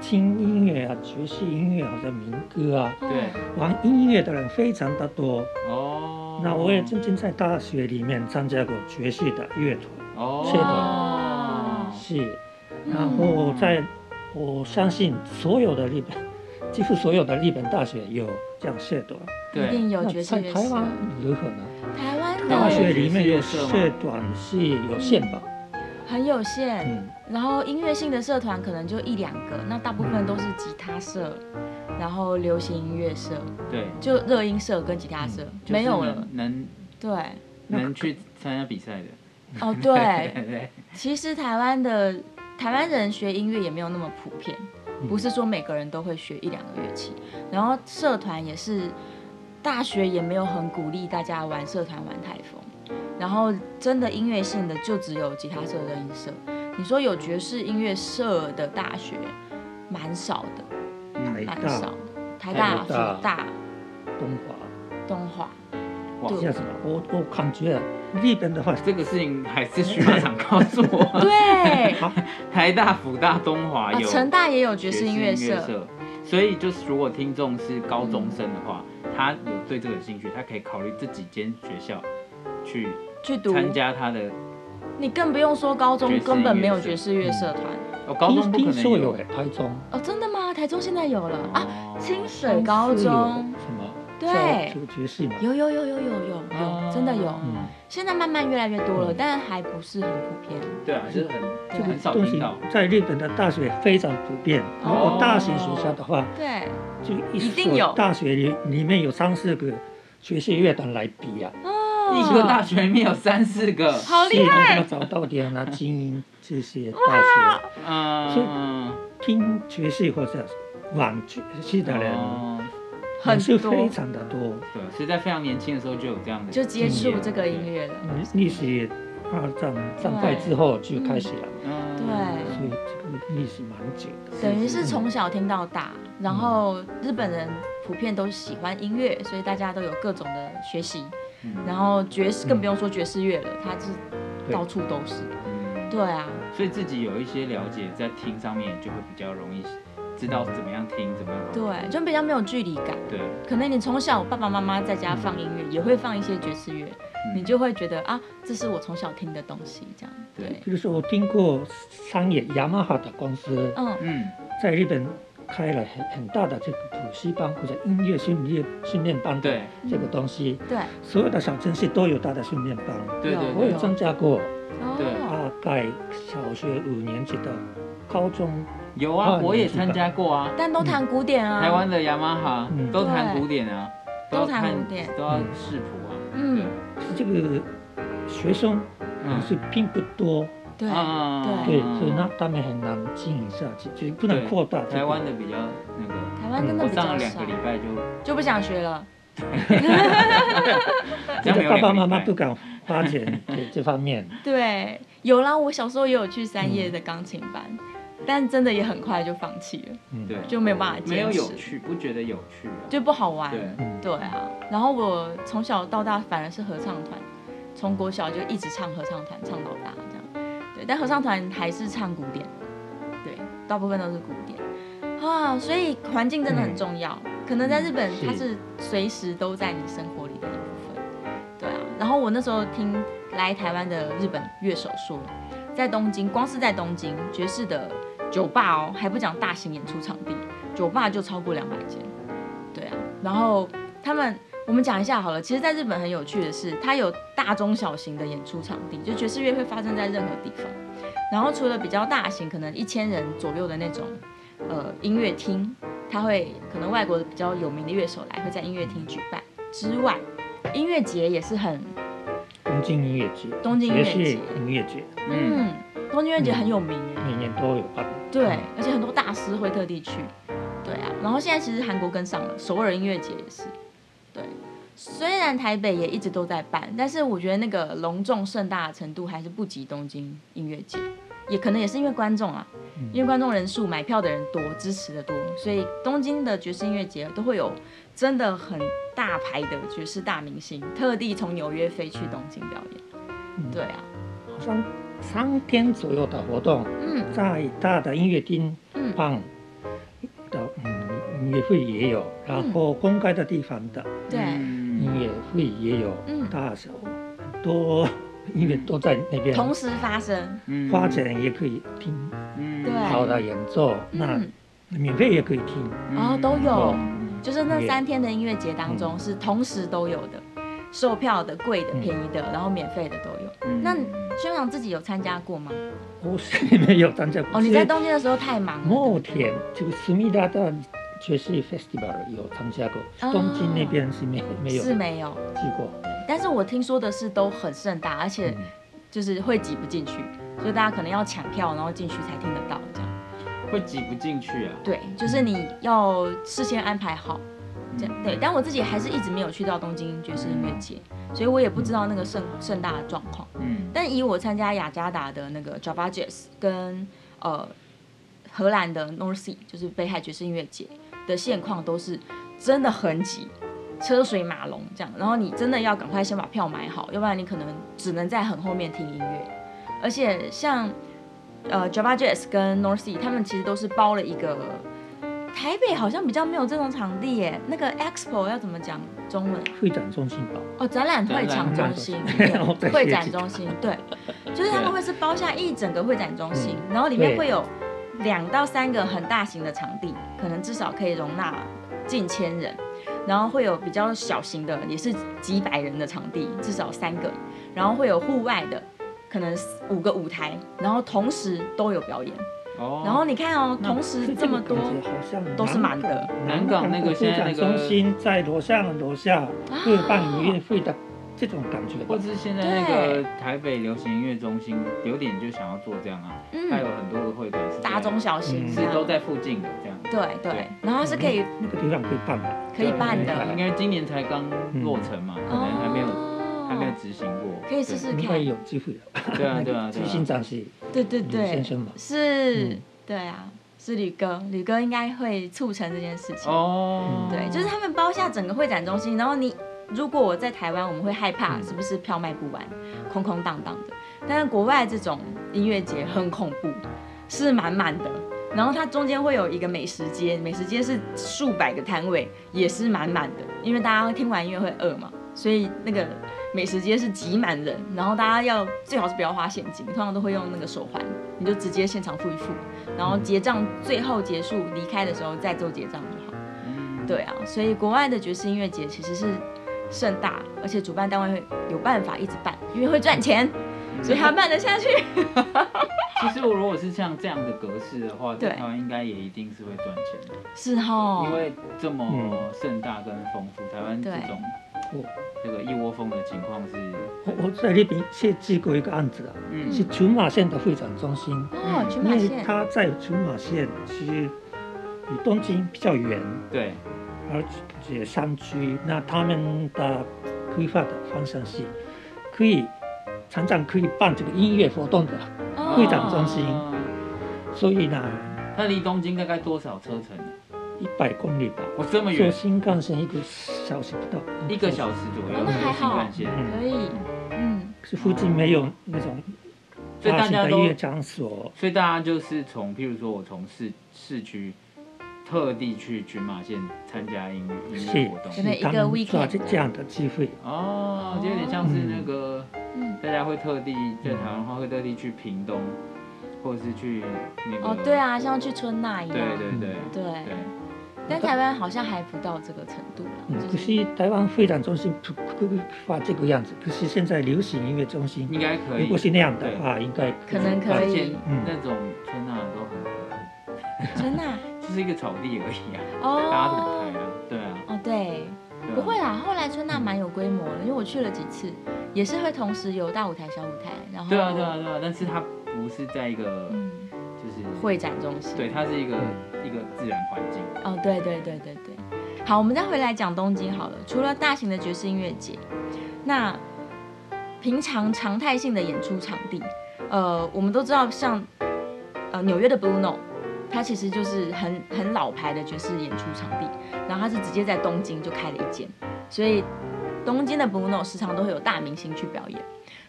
Speaker 4: 轻音乐啊、爵士音乐或者民歌啊，
Speaker 3: 对
Speaker 4: 玩音乐的人非常的多。
Speaker 3: 哦。
Speaker 4: 那我也曾经在大学里面参加过爵士的乐团，
Speaker 3: 哦，
Speaker 4: 是的
Speaker 2: 哇
Speaker 4: 是。
Speaker 2: 嗯
Speaker 4: 然后在我相信所有的日本，几乎所有的日本大学有这样社团。
Speaker 2: 一
Speaker 3: 对
Speaker 2: 定有
Speaker 4: 那
Speaker 2: 爵士
Speaker 4: 在
Speaker 2: 乐社。
Speaker 4: 台湾如何呢？
Speaker 2: 台湾
Speaker 4: 大
Speaker 3: 台湾
Speaker 4: 学
Speaker 2: 的
Speaker 4: 里面有社团是有限吧？
Speaker 2: 很有限。
Speaker 4: 嗯，
Speaker 2: 然后音乐性的社团可能就一两个，那大部分都是吉他社，然后流行音乐社，
Speaker 3: 对，
Speaker 2: 就热音社跟吉他社、
Speaker 3: 嗯就是
Speaker 2: 没有
Speaker 3: 能
Speaker 2: 了。
Speaker 3: 能
Speaker 2: 对，
Speaker 3: 能去参加比赛的，
Speaker 2: 哦
Speaker 3: 对 [laughs]
Speaker 2: 对，
Speaker 3: 对，
Speaker 2: 其实台湾的台湾人学音乐也没有那么普遍，
Speaker 3: 嗯
Speaker 2: 不是说每个人都会学一两个乐器。然后社团也是，大学也没有很鼓励大家玩社团玩台风。然后真的音乐性的就只有吉他社、热音社。你说有爵士音乐社的大学，蛮少的。
Speaker 3: 嗯
Speaker 4: 台
Speaker 2: 蛮
Speaker 4: 大
Speaker 2: 少。台大、
Speaker 4: 台大
Speaker 2: 福大、
Speaker 4: 东华，
Speaker 2: 东
Speaker 3: [laughs]
Speaker 2: 华，
Speaker 3: 哇，
Speaker 4: 像什么？我我感觉啊日本的话，
Speaker 3: 这个事情还是徐校长告诉我，
Speaker 2: 对，啊
Speaker 3: 台大、辅大、东华有
Speaker 2: 成大也有爵士
Speaker 3: 爵士
Speaker 2: 音
Speaker 3: 音
Speaker 2: 乐
Speaker 3: 乐
Speaker 2: 社，
Speaker 3: 社，所以就是如果听众是高中生的话，
Speaker 2: 嗯
Speaker 3: 他有对这个有兴趣，他可以考虑这几间学校去
Speaker 2: 去读。
Speaker 3: 参加他的。
Speaker 2: 你更不用说高中
Speaker 3: 爵士
Speaker 2: 根本
Speaker 3: 音乐
Speaker 2: 没有
Speaker 3: 社
Speaker 2: 爵士乐社团
Speaker 3: 哦，高中
Speaker 4: 听
Speaker 3: 不可
Speaker 4: 听
Speaker 3: 能
Speaker 4: 说
Speaker 3: 有
Speaker 4: 有
Speaker 3: 欸
Speaker 4: 台中
Speaker 2: 哦，真的吗？台中现在有了啊，
Speaker 3: 哦
Speaker 2: 清水高
Speaker 4: 是有
Speaker 2: 中，
Speaker 4: 什么
Speaker 2: 对
Speaker 4: 教爵士嘛，
Speaker 2: 有有有有有有有，真的有。
Speaker 4: 嗯，
Speaker 3: 哦
Speaker 2: 现在慢慢越来越多了，
Speaker 4: 嗯
Speaker 2: 但还不是很普遍。
Speaker 3: 对啊，就是很
Speaker 2: 这个
Speaker 3: 很少
Speaker 4: 东
Speaker 3: 听
Speaker 4: 西
Speaker 3: 到。
Speaker 4: 在日本的大学非常普遍。如
Speaker 3: 哦
Speaker 4: 果大型学校的话，
Speaker 2: 对，
Speaker 4: 就
Speaker 2: 一
Speaker 4: 一
Speaker 2: 定有
Speaker 4: 所大学里里面有三四个爵士乐团来比啊，
Speaker 3: 一个
Speaker 2: 哦，
Speaker 3: 大学里面有三四个，
Speaker 2: 好厉害！
Speaker 4: 要找到点啊，精英这些大学
Speaker 2: 啊
Speaker 4: 所以
Speaker 3: 嗯，
Speaker 4: 听爵士或者玩爵士的人
Speaker 3: 哦
Speaker 4: 也
Speaker 2: 很
Speaker 4: 是
Speaker 2: 多
Speaker 4: 非常的多。
Speaker 3: 对，所以在非常年轻的时候就有这样的
Speaker 2: 就接
Speaker 3: 经
Speaker 2: 触
Speaker 3: 验
Speaker 2: 这个音
Speaker 3: 对
Speaker 2: 乐了。
Speaker 4: 嗯历史二战战败之后就开始了，
Speaker 3: 嗯
Speaker 2: 对
Speaker 4: 所以这个历史蛮久的。
Speaker 2: 等于是从小听到大，然
Speaker 4: 嗯
Speaker 2: 后日本人普遍都喜欢音乐，所以大家都有各种的学习，
Speaker 3: 嗯
Speaker 2: 然后爵士更不用说爵士乐了，它是到处都是。
Speaker 3: 嗯
Speaker 2: 对啊，
Speaker 3: 所以自己有一些了解，在听上面就会比较容易知道怎么样听，怎么样融入
Speaker 2: 对，就比较没有距离感。
Speaker 3: 对，嗯
Speaker 2: 可能你从小爸爸妈妈在家放音乐，也会放一些爵士乐，你就会觉得啊，这是我从小听的东西，这样。对
Speaker 3: 对，
Speaker 4: 比如说我听过商业雅马哈的公司
Speaker 2: 嗯，
Speaker 3: 嗯
Speaker 4: 在日本开了很很大的这个补习班或者音乐训练训练班的
Speaker 3: 对
Speaker 4: 这个东西，
Speaker 2: 对，
Speaker 4: 所有的小城市都有它的训练班。
Speaker 3: 对
Speaker 2: 有
Speaker 3: 对
Speaker 4: 我
Speaker 3: 对
Speaker 4: 也参加过，
Speaker 2: 哦，
Speaker 4: 大概小学五年级到高中，
Speaker 3: 有啊，
Speaker 4: 哦
Speaker 3: 我也
Speaker 4: 你知道
Speaker 3: 参加过啊，
Speaker 2: 但都弹古典啊。
Speaker 3: 台湾的雅马哈
Speaker 4: 嗯
Speaker 3: 都弹古典啊，
Speaker 2: 对
Speaker 3: 要
Speaker 2: 都弹
Speaker 3: 看
Speaker 2: 古典
Speaker 3: 都要视谱啊，
Speaker 2: 嗯
Speaker 3: 对，
Speaker 4: 这个学生
Speaker 3: 嗯
Speaker 4: 是并不多，
Speaker 2: 对
Speaker 3: 啊
Speaker 2: 对
Speaker 4: 对，所以那他们很难经营下去，就是不能
Speaker 3: 对
Speaker 4: 扩大这个。
Speaker 3: 台湾的比较那个，
Speaker 2: 台湾真的
Speaker 3: 嗯我
Speaker 2: 比
Speaker 3: 上了
Speaker 2: 较
Speaker 3: 两
Speaker 2: 少
Speaker 3: 个，礼拜就，
Speaker 2: 就不想学了。
Speaker 3: 这
Speaker 4: 这
Speaker 3: 样没
Speaker 4: 个
Speaker 3: 有两
Speaker 4: 爸
Speaker 3: 个
Speaker 4: 爸
Speaker 3: 礼
Speaker 4: 妈妈
Speaker 3: 拜
Speaker 4: 不敢花钱给这方面。
Speaker 2: 对，有啦，我小时候也有去三叶的钢琴班，但真的也很快就放弃了，
Speaker 4: 嗯，
Speaker 3: 对，
Speaker 2: 就没有办法坚持，
Speaker 3: 没有有趣，不觉得有趣啊，
Speaker 2: 就不好玩。
Speaker 3: 对，
Speaker 4: 嗯
Speaker 2: 对啊，然后我从小到大反而是合唱团，从国小就一直唱合唱团，唱到大这样。对，但合唱团还是唱古典，对，大部分都是古典啊，所以环境真的很重要。可能在日本，
Speaker 4: 是
Speaker 2: 它是随时都在你生活里的一部分。对啊，然后我那时候听来台湾的日本乐手说，在东京，光是在东京爵士的酒吧哦，还不讲大型演出场地，酒吧就超过两百间。对啊，然后他们我们讲一下好了。其实，在日本很有趣的是，它有大中小型的演出场地，就爵士乐会发生在任何地方。然后除了比较大型，可能一千人左右的那种，呃，音乐厅，它会可能外国比较有名的乐手来会在音乐厅举办之外，音乐节也是很，
Speaker 4: 东京音乐节，
Speaker 2: 东京音乐节
Speaker 4: 爵士音乐节
Speaker 3: 嗯，
Speaker 2: 嗯，东京音乐节很有名耶
Speaker 4: 每年都有办。
Speaker 2: 对，而且很多大师会特地去，对啊。然后现在其实韩国跟上了，首尔音乐节也是，对。虽然台北也一直都在办，但是我觉得那个隆重盛大的程度还是不及东京音乐节，也可能也是因为观众啊，
Speaker 4: 嗯
Speaker 2: 因为观众人数、买票的人多、支持的多，所以东京的爵士音乐节都会有真的很大牌的爵士大明星特地从纽约飞去东京表演。
Speaker 4: 嗯
Speaker 2: 对啊，
Speaker 4: 好像三天左右的活动，
Speaker 2: 嗯
Speaker 4: 在大的音乐厅
Speaker 2: 嗯
Speaker 4: 办的，嗯，音乐会也有，然后公开的地方的
Speaker 2: 对
Speaker 4: 音
Speaker 3: 嗯，
Speaker 4: 乐会也有，
Speaker 2: 嗯
Speaker 4: 大小很多音乐都在那边，
Speaker 2: 同时发生，
Speaker 3: 嗯
Speaker 4: 花，钱也可以听
Speaker 3: 嗯
Speaker 2: 对
Speaker 4: 好的演奏，那
Speaker 2: 嗯。
Speaker 4: 免费也可以听。
Speaker 2: 哦都有
Speaker 3: 嗯
Speaker 2: 就是那三天的音乐节当中是同时都有的，售票的、贵的、
Speaker 4: 嗯
Speaker 2: 便宜的，然后免费的都有。那宣朗自己有参加过吗？
Speaker 4: 我哦是没有参加过。
Speaker 2: 哦，你在
Speaker 4: 是
Speaker 2: 东京的时候太忙了。
Speaker 4: 某天这个思密达的爵士 festival 有参加过，
Speaker 2: 哦
Speaker 4: 东京那边是没没有
Speaker 2: 是没有，
Speaker 4: 去过。
Speaker 2: 但是我听说的是都很盛大，而且
Speaker 4: 嗯
Speaker 2: 就是会挤不进去，所以大家可能要抢票，然后进去才听得到这样。
Speaker 3: 会挤不进去啊。
Speaker 2: 对，就是你要事先安排好。这
Speaker 3: 嗯
Speaker 2: 样对，但我自己还是一直没有去到东京爵士音乐节，所以我也不知道那个盛盛大的状况。
Speaker 3: 嗯，
Speaker 2: 但以我参加雅加达的那个 Java Jazz 跟呃荷兰的 North Sea，就是北海爵士音乐节的现况，都是真的很挤，车水马龙这样。然后你真的要赶快先把票买好，要不然你可能只能在很后面听音乐。而且像呃 Java Jazz 跟 North Sea，他们其实都是包了一个。台北好像比较没有这种场地耶，那个 Expo 要怎么讲中文啊？
Speaker 4: 会展中心吧，
Speaker 2: 哦，展览会场中心，
Speaker 4: 展览会
Speaker 2: 对
Speaker 4: 场
Speaker 2: 会展中心，对，就是他们会是包下一整个会展中心，然后里面
Speaker 4: 对
Speaker 2: 会有两到三个很大型的场地，可能至少可以容纳近千人，然后会有比较小型的，也是几百人的场地，至少三个，然后会有户外的，可能五个舞台，然后同时都有表演，
Speaker 3: 哦，
Speaker 2: 然后你看哦，
Speaker 3: 那
Speaker 2: 同时这
Speaker 4: [laughs]
Speaker 2: 么多
Speaker 4: 所以个感觉好像
Speaker 2: 都是满的，
Speaker 3: 南港那个
Speaker 4: 会
Speaker 3: 现在
Speaker 4: 展
Speaker 3: 那
Speaker 4: 中
Speaker 3: 个，
Speaker 4: 心在楼上楼下各办音乐会的这种感觉吧
Speaker 2: 啊
Speaker 3: 或。是现在那个台北流行音乐中心，有点就想要做这样啊，它有
Speaker 2: 嗯，
Speaker 3: 很多个会馆是这样
Speaker 2: 大啊中小型
Speaker 4: 嗯
Speaker 2: 这
Speaker 3: 是
Speaker 2: 样
Speaker 3: 都在附近的这样。
Speaker 2: 对对
Speaker 3: 对，
Speaker 2: 然后是可以
Speaker 4: 那个地方可以办吧？
Speaker 2: 可以办的嗯
Speaker 3: 对。啊应该今年才刚落成嘛，可能还没有
Speaker 2: 哦
Speaker 3: 还没有执行过，
Speaker 2: 可以试试
Speaker 4: 应该
Speaker 2: 看。
Speaker 4: 有机会的。
Speaker 3: 对。对
Speaker 4: [laughs]
Speaker 3: 啊对啊对
Speaker 4: 执行
Speaker 3: 啊，
Speaker 4: 长是
Speaker 2: 对对
Speaker 4: 吕先
Speaker 2: 对，
Speaker 4: 生嘛？
Speaker 2: 是，
Speaker 4: 嗯
Speaker 2: 对啊，是吕哥，吕哥应该会促成这件事情。
Speaker 3: 哦，
Speaker 2: 嗯对，就是他们包下整个会展中心，然后你如果我在台湾，我们会害怕
Speaker 4: 嗯
Speaker 2: 是不是票卖不完，空空荡荡的。但是国外这种音乐节很恐怖，是满满的。然后它中间会有一个美食街，美食街是数百个摊位，也是满满的，因为大家听完音乐会饿嘛，所以那个美食街是挤满人，然后大家要最好是不要花现金，通常都会用那个手环，你就直接现场付一付，然后结账最后结束离开的时候再做结账就好。
Speaker 3: 嗯
Speaker 2: 对啊，所以国外的爵士音乐节其实是盛大，而且主办单位会有办法一直办，因为会赚钱，所以他办得下去。
Speaker 3: 其实我如果是像这样的格式的话，
Speaker 2: 对
Speaker 3: 在台湾应该也一定是会赚钱的，
Speaker 2: 是哈
Speaker 3: 因为这么
Speaker 4: 嗯
Speaker 3: 盛大跟丰富，台湾这
Speaker 2: 哦对嗯
Speaker 3: 种
Speaker 4: 我
Speaker 3: 这个一窝蜂的情况是，
Speaker 4: 我我在那边设计过一个案子啊，
Speaker 3: 嗯
Speaker 4: 是群马县的会展中心，
Speaker 2: 哦，群
Speaker 4: 因
Speaker 2: 马
Speaker 4: 为
Speaker 2: 县，
Speaker 4: 它在群马县是与东京比较远，
Speaker 3: 对，
Speaker 4: 而且山区，那他们的规划的方向是可以常常可以办这个音乐活动的，
Speaker 2: 哦
Speaker 4: 会展中心
Speaker 3: 哦
Speaker 4: 所以呢，
Speaker 3: 它离东京大概多少车程呢？
Speaker 4: 一百公里吧，
Speaker 3: 哦，这么
Speaker 4: 坐
Speaker 3: 远，
Speaker 4: 新干线一个小时不到，嗯
Speaker 3: 一个小时左
Speaker 2: 哦
Speaker 3: 右，
Speaker 2: 那还好
Speaker 3: 新干线。
Speaker 2: 可以，嗯，
Speaker 4: 可是附近没有那种
Speaker 3: 所以
Speaker 4: 大
Speaker 3: 大
Speaker 4: 型
Speaker 3: 家
Speaker 4: 的
Speaker 3: 都
Speaker 4: 音乐场所，
Speaker 3: 所以大家就是从，譬如说我从市市区特地去群马县参加音乐音乐
Speaker 4: 是
Speaker 3: 活
Speaker 2: 可
Speaker 3: 动。
Speaker 2: 能一
Speaker 4: 是
Speaker 2: 个
Speaker 4: 他们
Speaker 2: weekend
Speaker 4: 抓这这样的机会。
Speaker 3: 哦，就有点像是那个，
Speaker 2: 嗯
Speaker 3: 大家会特地在台湾的话会特地去屏东，或者是去那个。
Speaker 2: 哦，对。啊，像去春娜一样，
Speaker 3: 对对对
Speaker 2: 对
Speaker 3: 对。
Speaker 2: 但台湾好像还不到这个程度
Speaker 4: 嗯
Speaker 2: 了，，
Speaker 4: 可是台湾会展中心不不不发这个样子，可是现在流行音乐中心，
Speaker 3: 应该可
Speaker 4: 如
Speaker 3: 以
Speaker 4: 果。是那样的话，应该
Speaker 2: 可能可
Speaker 3: 而
Speaker 2: 以
Speaker 3: 且
Speaker 4: 嗯
Speaker 3: 那种春娜都很可爱，
Speaker 2: 春
Speaker 3: [laughs]
Speaker 2: 娜
Speaker 3: 就是一个草地而已啊，搭舞
Speaker 2: 哦，
Speaker 3: 台啊，对啊。
Speaker 2: 哦对，
Speaker 3: 对啊
Speaker 2: 不会啦，后来春娜蛮有规模的，因为我去了几次，也是会同时有大舞台、小舞台，然后
Speaker 3: 对啊，对啊，，对啊，但是它不是在一个
Speaker 2: 嗯，
Speaker 3: 就是，
Speaker 2: 会展嗯中心，
Speaker 3: 对，它是一个一个自然环境。
Speaker 2: 哦，对对对对对。好，我们再回来讲东京好了。除了大型的爵士音乐节，那平常常态性的演出场地，呃，我们都知道像呃纽约的 Blue Note，它其实就是很很老牌的爵士演出场地，然后它是直接在东京就开了一间，所以东京的 Blue Note 时常都会有大明星去表演。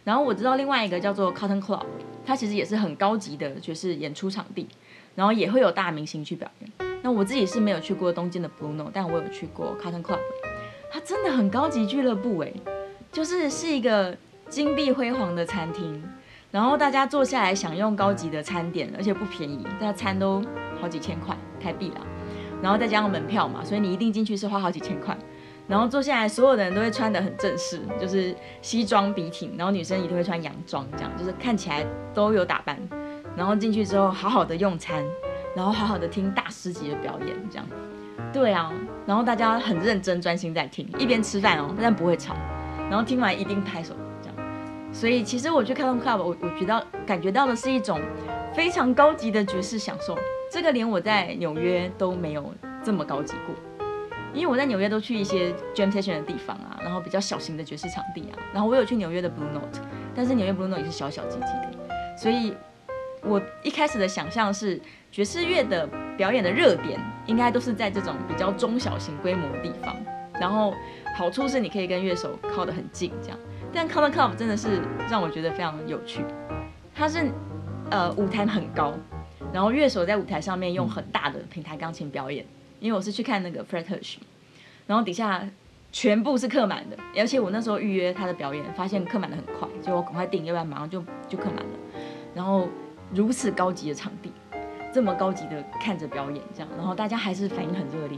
Speaker 2: 然后我知道另外一个叫做 Cotton Club，它其实也是很高级的爵士演出场地，然后也会有大明星去表演。那我自己是没有去过东京的 Blue Note，但我有去过 Cotton Club，它真的很高级俱乐部哎，就是是一个金碧辉煌的餐厅，然后大家坐下来享用高级的餐点，而且不便宜，大家餐都好几千块台币啦，然后再加上门票嘛，所以你一定进去是花好几千块。然后坐下来，所有的人都会穿的很正式，就是西装笔挺，然后女生一定会穿洋装，这样就是看起来都有打扮。然后进去之后，好好的用餐，然后好好的听大师级的表演，这样。对啊，然后大家很认真专心在听，一边吃饭哦，但不会吵。然后听完一定拍手，这样。所以其实我去 c a l o n Club，我我觉得感觉到的是一种非常高级的爵士享受，这个连我在纽约都没有这么高级过。因为我在纽约都去一些 jam session 的地方啊，然后比较小型的爵士场地啊，然后我有去纽约的 Blue Note，但是纽约 Blue Note 也是小小挤挤的，所以我一开始的想象是爵士乐的表演的热点应该都是在这种比较中小型规模的地方，然后好处是你可以跟乐手靠得很近这样，但 c o m m o n Club 真的是让我觉得非常有趣，它是呃舞台很高，然后乐手在舞台上面用很大的平台钢琴表演。因为我是去看那个 Fred Hirsch，然后底下全部是客满的，而且我那时候预约他的表演，发现客满的很快，所以我赶快订，要不然马上就就客满了。然后如此高级的场地，这么高级的看着表演这样，然后大家还是反应很热烈，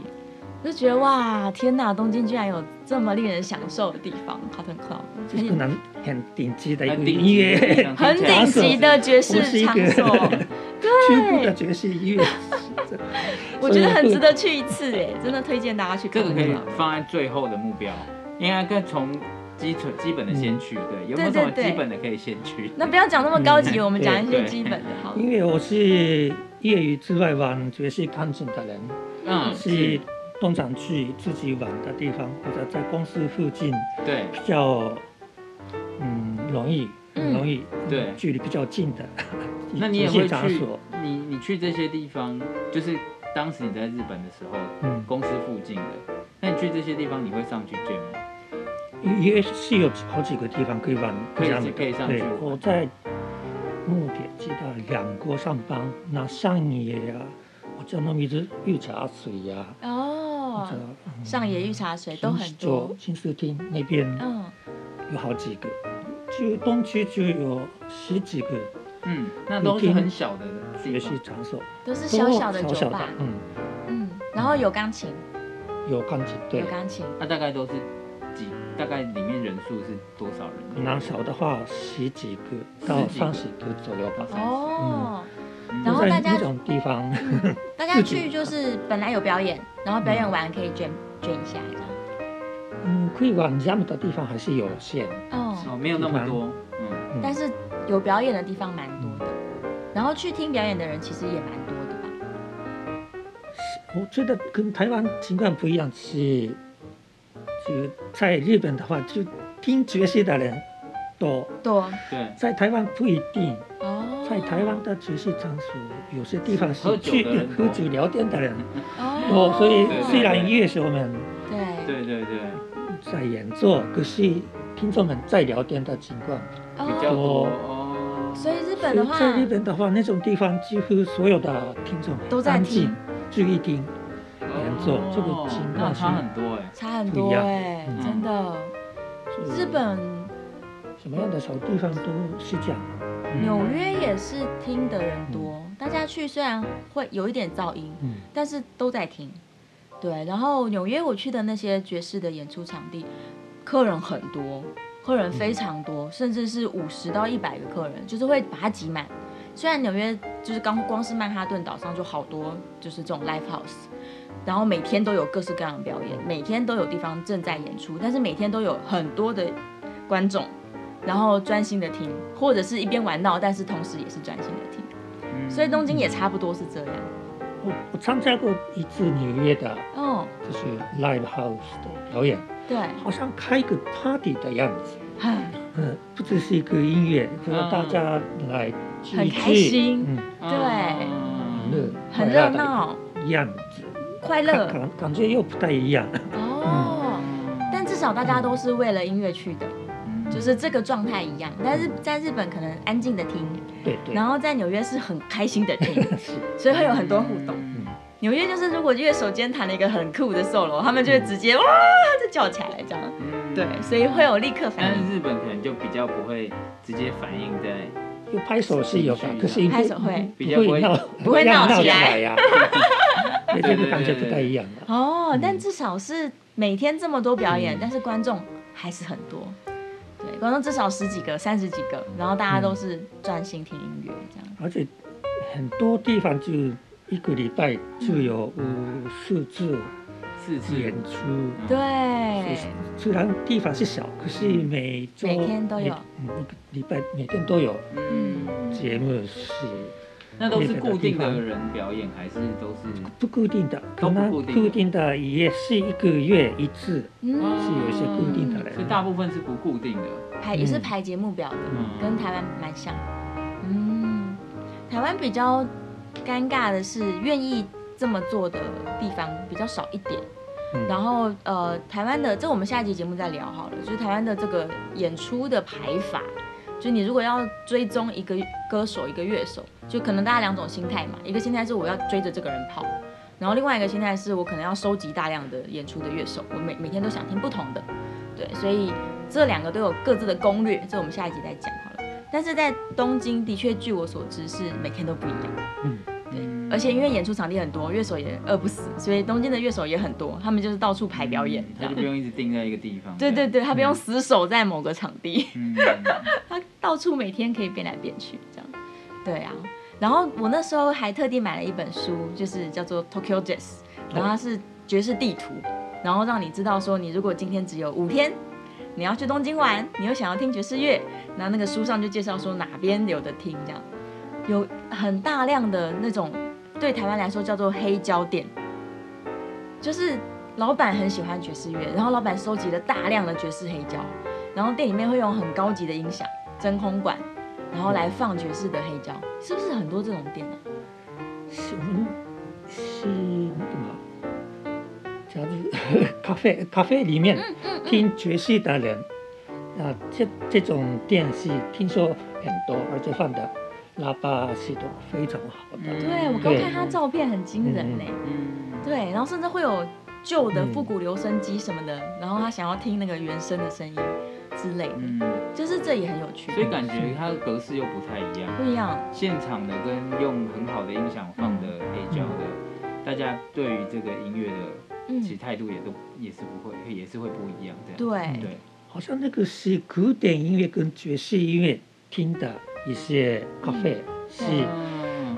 Speaker 2: 我就觉得哇，天哪，东京居然有这么令人享受的地方 Cotton Club，
Speaker 4: 这是可能很顶级的一
Speaker 3: 很
Speaker 4: 个
Speaker 3: 顶
Speaker 4: 音
Speaker 3: 级的
Speaker 4: 乐，
Speaker 2: 很顶级的爵士场所
Speaker 4: 我是一个，全部的
Speaker 2: 对，
Speaker 4: 爵士音乐，
Speaker 2: [laughs] 我觉得很值得去一次哎，真的推荐大家去 Cotton Club。
Speaker 3: 这个可以放在最后的目标，应该更从基础基本的先去，对，有没
Speaker 2: 对
Speaker 3: 有
Speaker 2: 对
Speaker 3: 什么
Speaker 2: 对
Speaker 3: 基本的可以先去？
Speaker 2: 那不要讲那么高级，我们讲一些
Speaker 3: 对对
Speaker 2: 基本的好了
Speaker 4: 因。为我是业余之外玩爵士钢琴的人，
Speaker 3: 嗯，
Speaker 4: 是通常去自己玩的地方，或者在公司附近
Speaker 3: 对
Speaker 4: 比较嗯容易，很容易，
Speaker 3: 对。
Speaker 4: 距离比较近的 [laughs]
Speaker 3: 那你
Speaker 4: 一
Speaker 3: 也
Speaker 4: 些
Speaker 3: 会
Speaker 4: 场
Speaker 3: 去
Speaker 4: 所，？
Speaker 3: 你你去这些地方，就是当时你在日本的时候，
Speaker 4: 嗯，
Speaker 3: 公司附近的，那你去这些地方，你会上去见吗？
Speaker 4: 也是有好几个地方可以玩，
Speaker 3: 可以
Speaker 4: 这样的
Speaker 3: 可以上去
Speaker 4: 对，我在目前知道两国上班，那上野啊，我叫那名字御茶水呀、啊，
Speaker 2: 哦，
Speaker 4: 或者
Speaker 2: 上野御茶水都很多，
Speaker 4: 新宿町那边
Speaker 2: 嗯，
Speaker 4: 有好几个，就东区就有十几个
Speaker 3: 嗯，那都是很小的地
Speaker 4: 爵士
Speaker 3: 方。
Speaker 4: 场所，
Speaker 2: 都是小小的
Speaker 4: 都
Speaker 2: 酒吧，
Speaker 4: 嗯，
Speaker 2: 嗯，然后有钢琴，
Speaker 4: 有钢琴对
Speaker 2: 有。钢琴，
Speaker 3: 那大概都是几？大概里面人数是多少人？
Speaker 4: 南少的话，十几个
Speaker 3: 十
Speaker 4: 到
Speaker 3: 几个
Speaker 4: 三十个左右吧。
Speaker 2: 哦，
Speaker 3: 嗯
Speaker 2: 然后
Speaker 4: 在
Speaker 2: 大家
Speaker 4: 那种地方，
Speaker 2: 大家去就是本来有表演，然后表演完可以卷卷一下这样，
Speaker 4: 嗯，可以玩 jam 的地方还是有限。
Speaker 2: 哦，
Speaker 3: 哦，没有那么多，嗯，
Speaker 4: 嗯
Speaker 2: 但是有表演的地方蛮多的，然后去听表演的人其实也蛮多的吧，
Speaker 4: 我觉得跟台湾情况不一样，是就在日本的话，就听爵士的人多，
Speaker 2: 多
Speaker 3: 对，
Speaker 4: 在台湾不一定。
Speaker 2: 哦，
Speaker 4: 在台湾的爵士场所，有些地方
Speaker 3: 喝
Speaker 4: 是
Speaker 3: 酒
Speaker 4: 去
Speaker 3: 的人
Speaker 4: 喝酒聊天的人
Speaker 2: 哦
Speaker 4: 多，所以
Speaker 3: 对
Speaker 4: 虽然乐手们
Speaker 2: 对
Speaker 3: 对对对，
Speaker 4: 在演奏，可是听众们在聊天的情况
Speaker 3: 比
Speaker 2: 哦
Speaker 3: 较多
Speaker 4: 哦
Speaker 3: 哦。
Speaker 2: 所以日本的话，
Speaker 4: 在日本的话，那种地方几乎所有的听众
Speaker 2: 都在
Speaker 4: 安
Speaker 2: 听
Speaker 4: 静，注意听。演奏
Speaker 3: 哦
Speaker 4: 这个情
Speaker 3: 那
Speaker 4: 况
Speaker 3: 差
Speaker 4: 是
Speaker 3: 很多哎。
Speaker 2: 差很
Speaker 4: 不
Speaker 2: 多
Speaker 4: 一样
Speaker 2: 哎、
Speaker 4: 嗯
Speaker 2: 真的。
Speaker 4: 所以
Speaker 2: 日本
Speaker 4: 什么样的小地方都是这样。啊嗯
Speaker 2: 纽约也是听的人多，大家去虽然会有一点噪音，
Speaker 4: 嗯，
Speaker 2: 但是都在听。对，然后纽约我去的那些爵士的演出场地，客人很多，客人非常多，甚至是五十到一百个客人，就是会把它挤满。虽然纽约就是刚光是曼哈顿岛上就好多就是这种 live house，然后每天都有各式各样的表演，每天都有地方正在演出，但是每天都有很多的观众，然后专心的听，或者是一边玩闹，但是同时也是专心的听。
Speaker 3: 嗯
Speaker 2: 所以东京也差不多是这样。
Speaker 4: 我我参加过一次纽约的，
Speaker 2: 哦，
Speaker 4: 就是 live house 的表演，
Speaker 2: 对，
Speaker 4: 好像开个 party 的样子。
Speaker 2: 很
Speaker 4: 嗯，不只是一个音乐，
Speaker 3: 嗯
Speaker 4: 可能大家来聚
Speaker 2: 很
Speaker 4: 一
Speaker 2: 开心
Speaker 4: 聚，嗯，
Speaker 3: 哦
Speaker 2: 对
Speaker 3: 嗯
Speaker 4: 很热，
Speaker 2: 很热闹，
Speaker 4: 样子，
Speaker 2: 快
Speaker 4: 感 [laughs]
Speaker 2: 乐
Speaker 4: 感感觉又不太一样。
Speaker 2: 哦。但至少大家都是为了音乐去的，
Speaker 3: 嗯
Speaker 2: 就是这个状态一样。但是在日本可能安静的听，
Speaker 4: 对对，
Speaker 2: 然后在纽约是很开心的听，
Speaker 4: 是
Speaker 2: 所以会有很多互动。
Speaker 3: 嗯
Speaker 2: 纽约就是如果乐手间弹了一个很酷的 solo，他们就会直接哇就叫起来这样。
Speaker 3: 嗯
Speaker 2: 对，所以会有立刻反
Speaker 3: 但
Speaker 2: 应。
Speaker 3: 是日本可能就比较不会直接反映在，
Speaker 4: 就拍手是有的，可是
Speaker 2: 拍手会
Speaker 4: 不会闹，
Speaker 2: 不会闹
Speaker 4: 闹啊
Speaker 2: 起来 [laughs]
Speaker 4: 呀，对，
Speaker 3: 对
Speaker 4: 这
Speaker 3: 对
Speaker 4: 个感觉不太一样的。啊
Speaker 2: 哦，但至少是每天这么多表演，
Speaker 3: 嗯
Speaker 2: 但是观众还是很多，对，观众至少十几个、三十几个，然后大家都是专心听音乐这样。
Speaker 4: 而且很多地方就一个礼拜就有五四次
Speaker 3: 四次
Speaker 4: 演出。
Speaker 3: 嗯
Speaker 2: 对，
Speaker 4: 虽然地方是小，可是每周
Speaker 2: 每天都有
Speaker 4: 每嗯一个礼拜每天都有
Speaker 3: 嗯，
Speaker 4: 节目是
Speaker 3: 那都是固定的人表演，还是都是
Speaker 4: 不固定的，
Speaker 3: 都
Speaker 4: 可
Speaker 3: 不
Speaker 4: 能
Speaker 3: 固定的
Speaker 4: 固定的也是一个月一次，
Speaker 2: 嗯
Speaker 4: 是有一些固定的人。
Speaker 3: 所以大部分是不固定的。
Speaker 2: 排也是
Speaker 4: 嗯
Speaker 2: 排节目表的，
Speaker 3: 嗯
Speaker 2: 跟台湾蛮像。嗯，台湾比较尴尬的是，愿意这么做的地方比较少一点。
Speaker 4: 嗯
Speaker 2: 然后呃，台湾的这我们下一集节目再聊好了，就是台湾的这个演出的排法。就你如果要追踪一个歌手、一个乐手，就可能大家两种心态嘛，一个心态是我要追着这个人跑，然后另外一个心态是我可能要收集大量的演出的乐手，我每每天都想听不同的，对，所以这两个都有各自的攻略，这我们下一集再讲好了。但是在东京的确，据我所知是每天都不一样，
Speaker 4: 嗯，
Speaker 3: 嗯
Speaker 2: 而且因为演出场地很多，乐手也呃饿不死，所以东京的乐手也很多，他们就是到处排表演这
Speaker 3: 他
Speaker 2: 样
Speaker 3: 就。不用一直定在一个地方。
Speaker 2: 对对
Speaker 3: 这样，
Speaker 2: 对，他不用死守在某个场地。
Speaker 3: 嗯，
Speaker 2: 他到处每天可以变来变去这样。对啊，然后我那时候还特地买了一本书，就是叫做《Tokyo Jazz》，然后它是爵士地图，然后让你知道说，你如果今天只有五天，你要去东京玩，你又想要听爵士乐，那那个书上就介绍说哪边有的听这样，有很大量的那种对台湾来说叫做黑胶店，就是老板很喜欢爵士乐，然后老板收集了大量的爵士黑胶，然后店里面会用很高级的音响、真空管，然后来放爵士的黑胶，是不是很多这种店啊？
Speaker 4: 是我们是那个嘛，假如咖啡咖啡里面
Speaker 3: 嗯
Speaker 4: 听爵士的人，啊，这这种电视听说很多，而且放的喇叭系统非常好的。
Speaker 3: 嗯
Speaker 2: 对，我刚看他照片很惊人呢、
Speaker 3: 嗯，
Speaker 2: 对，然后甚至会有旧的复古留声机什么的，然后他想要听那个原声的声音之类的，
Speaker 3: 嗯，
Speaker 2: 就是这也很有趣，
Speaker 3: 所以感觉它的格式又不太一样。
Speaker 2: 不一样。
Speaker 3: 现场的跟用很好的音响放的
Speaker 4: 嗯
Speaker 3: 黑胶的，大家对于这个音乐的
Speaker 2: 嗯
Speaker 3: 其，实态度也都也是不会，也是会不一样这样。
Speaker 2: 对，
Speaker 3: 对，
Speaker 4: 好像那个是古典音乐跟爵士音乐听的一些咖啡、是
Speaker 3: 嗯，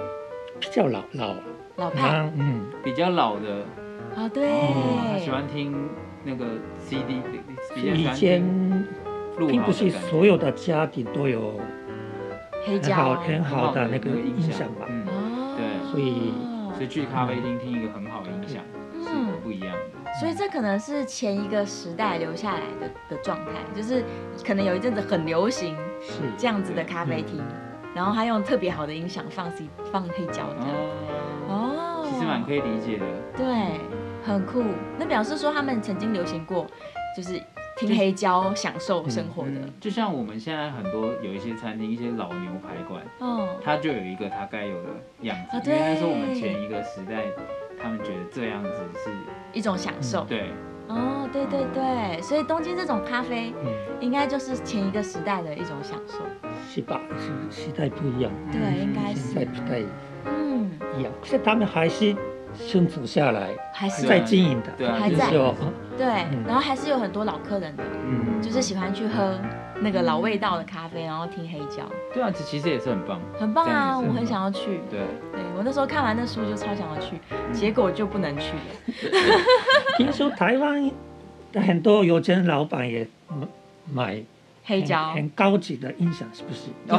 Speaker 4: 比较老老，
Speaker 2: 老派
Speaker 4: 那嗯，
Speaker 3: 比较老的，哦
Speaker 2: 啊，对，
Speaker 3: 他喜欢听那个 CD，比较喜
Speaker 4: 以
Speaker 3: 欢
Speaker 4: 前
Speaker 3: 听录啊
Speaker 4: 并
Speaker 3: 好
Speaker 4: 不是
Speaker 3: 的感觉
Speaker 4: 所有的家庭都有
Speaker 2: 黑
Speaker 4: 很
Speaker 2: 胶
Speaker 4: 好很
Speaker 3: 很
Speaker 4: 好的那
Speaker 3: 那
Speaker 4: 个
Speaker 3: 音
Speaker 4: 音响吧。
Speaker 3: 嗯，
Speaker 2: 哦，
Speaker 3: 哦对
Speaker 4: 所以
Speaker 3: 所以去咖啡厅听一个很好的音响是不一样的。
Speaker 2: 嗯所以这可能是前一个时代留下来的的状态，就是可能有一阵子很流行
Speaker 4: 是
Speaker 2: 这样子的咖啡厅，
Speaker 3: 嗯
Speaker 2: 然后他用特别好的音响放 C 放黑胶这样。
Speaker 3: 哦，
Speaker 2: 哦，
Speaker 3: 其实蛮可以理解的。
Speaker 2: 对，很酷。那表示说他们曾经流行过，就是听黑胶享受生活的
Speaker 4: 哦
Speaker 3: 嗯。，就像我们现在很多有一些餐厅，一些老牛排馆，
Speaker 2: 哦，
Speaker 3: 它就有一个它该有的样
Speaker 2: 啊。
Speaker 3: 子
Speaker 4: 哦
Speaker 3: 因
Speaker 2: 对
Speaker 3: 为那是我们前一个时代，他们觉得这样子是
Speaker 2: 一种享受。
Speaker 3: 嗯对，
Speaker 2: 哦，对对对，所以东京这种咖啡
Speaker 4: 嗯，
Speaker 2: 应该就是前一个时代的一种享受。
Speaker 4: 是吧？是时代不一样，
Speaker 2: 对应该是
Speaker 4: 时代不太
Speaker 2: 嗯，
Speaker 4: 一样。可是他们还是生存下来，
Speaker 2: 还
Speaker 4: 还
Speaker 2: 是
Speaker 4: 在经营的，
Speaker 3: 对啊，
Speaker 2: 还
Speaker 3: 就
Speaker 2: 在
Speaker 3: 是
Speaker 4: 是
Speaker 3: 有
Speaker 4: 有，
Speaker 2: 对，然后还是有很多老客人的。
Speaker 3: 嗯，
Speaker 2: 就是喜欢去喝那个老味道的咖啡，然后听黑胶，
Speaker 3: 对啊，这其实也是很棒，
Speaker 2: 很棒
Speaker 3: 这样也
Speaker 2: 啊！
Speaker 3: 是很
Speaker 2: 我
Speaker 3: 棒
Speaker 2: 很想要去，
Speaker 3: 对，
Speaker 2: 对我那时候看完那书就超想要去，
Speaker 3: 嗯
Speaker 2: 结果就不能去了。
Speaker 4: 听说台湾很多有钱老板也买
Speaker 2: 黑胶
Speaker 4: 很很高级的音响，是不是？
Speaker 2: 有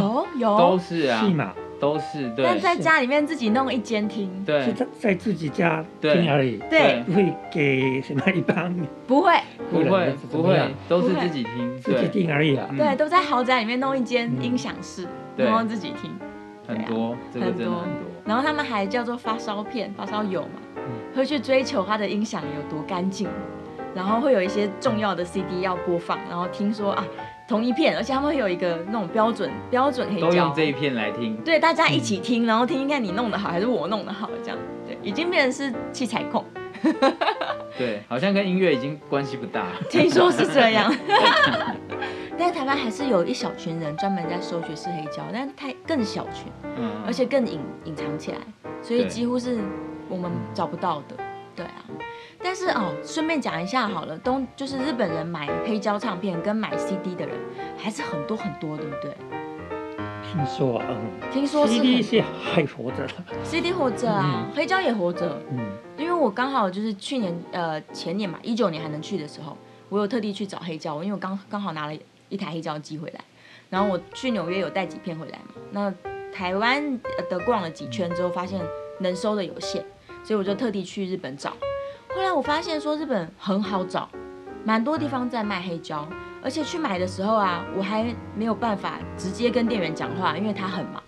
Speaker 3: 都
Speaker 2: 有，
Speaker 3: 是啊
Speaker 4: 哦是，嘛？
Speaker 3: 都是对，
Speaker 2: 但在家里面自己弄一间听，
Speaker 4: 是
Speaker 3: 对
Speaker 4: 在在自己家
Speaker 3: 对
Speaker 4: 听而已，
Speaker 2: 对，
Speaker 4: 不会给什么一般
Speaker 2: 不会，
Speaker 3: 不会不会，都是
Speaker 2: 不会
Speaker 3: 自己听，
Speaker 4: 自己
Speaker 3: 对，
Speaker 4: 听而已啊。
Speaker 3: 嗯
Speaker 2: 对，都在豪宅里面弄一间
Speaker 4: 嗯
Speaker 2: 音响室，
Speaker 3: 对
Speaker 2: 然后自己听。
Speaker 3: 很多，
Speaker 2: 啊
Speaker 3: 这个真的很多，
Speaker 2: 然后他们还叫做发烧片、发烧友嘛
Speaker 4: 嗯，
Speaker 2: 会去追求它的音响有多干净，然后会有一些重要的 CD 要播放，然后听说啊，同一片，而且他们会有一个那种标准标准黑
Speaker 3: 都
Speaker 2: 胶
Speaker 3: 用，这一片来听，
Speaker 2: 对，大家一起
Speaker 3: 嗯
Speaker 2: 听，然后听听看你弄得好还是我弄得好，这样，对，已经变成是器材
Speaker 3: [laughs]
Speaker 2: 控，
Speaker 3: 对，好像跟音乐已经关系
Speaker 2: [laughs]
Speaker 3: 不大，
Speaker 2: 听说是这
Speaker 3: [laughs]
Speaker 2: 样。但是台湾还是有一小群人专门在收爵士黑胶，但太更小群，
Speaker 3: 嗯，
Speaker 2: 而且更隐隐藏起来，所以
Speaker 3: 对
Speaker 2: 几乎是我们找不到的。对啊，但是哦，顺便讲一下好了，东就是日本人买黑胶唱片跟买 CD 的人还是很多很多，对不对？
Speaker 4: 听说嗯
Speaker 2: 听说是
Speaker 4: ，CD
Speaker 2: 很
Speaker 4: 是还活着的，
Speaker 2: CD 活着啊，黑胶也活着。
Speaker 4: 嗯，
Speaker 2: 因为我刚好就是去年呃前年嘛，一九年还能去的时候，我有特地去找黑胶，因为我刚刚好拿了一台黑胶机回来，然后我去纽约有带几片回来嘛，那台湾呃的逛了几圈之后，发现能收的有限，所以我就特地去日本找。后来我发现说日本很好找，蛮多地方在卖黑胶，而且去买的时候啊，我还没有办法直接跟店员讲话，因为他很忙，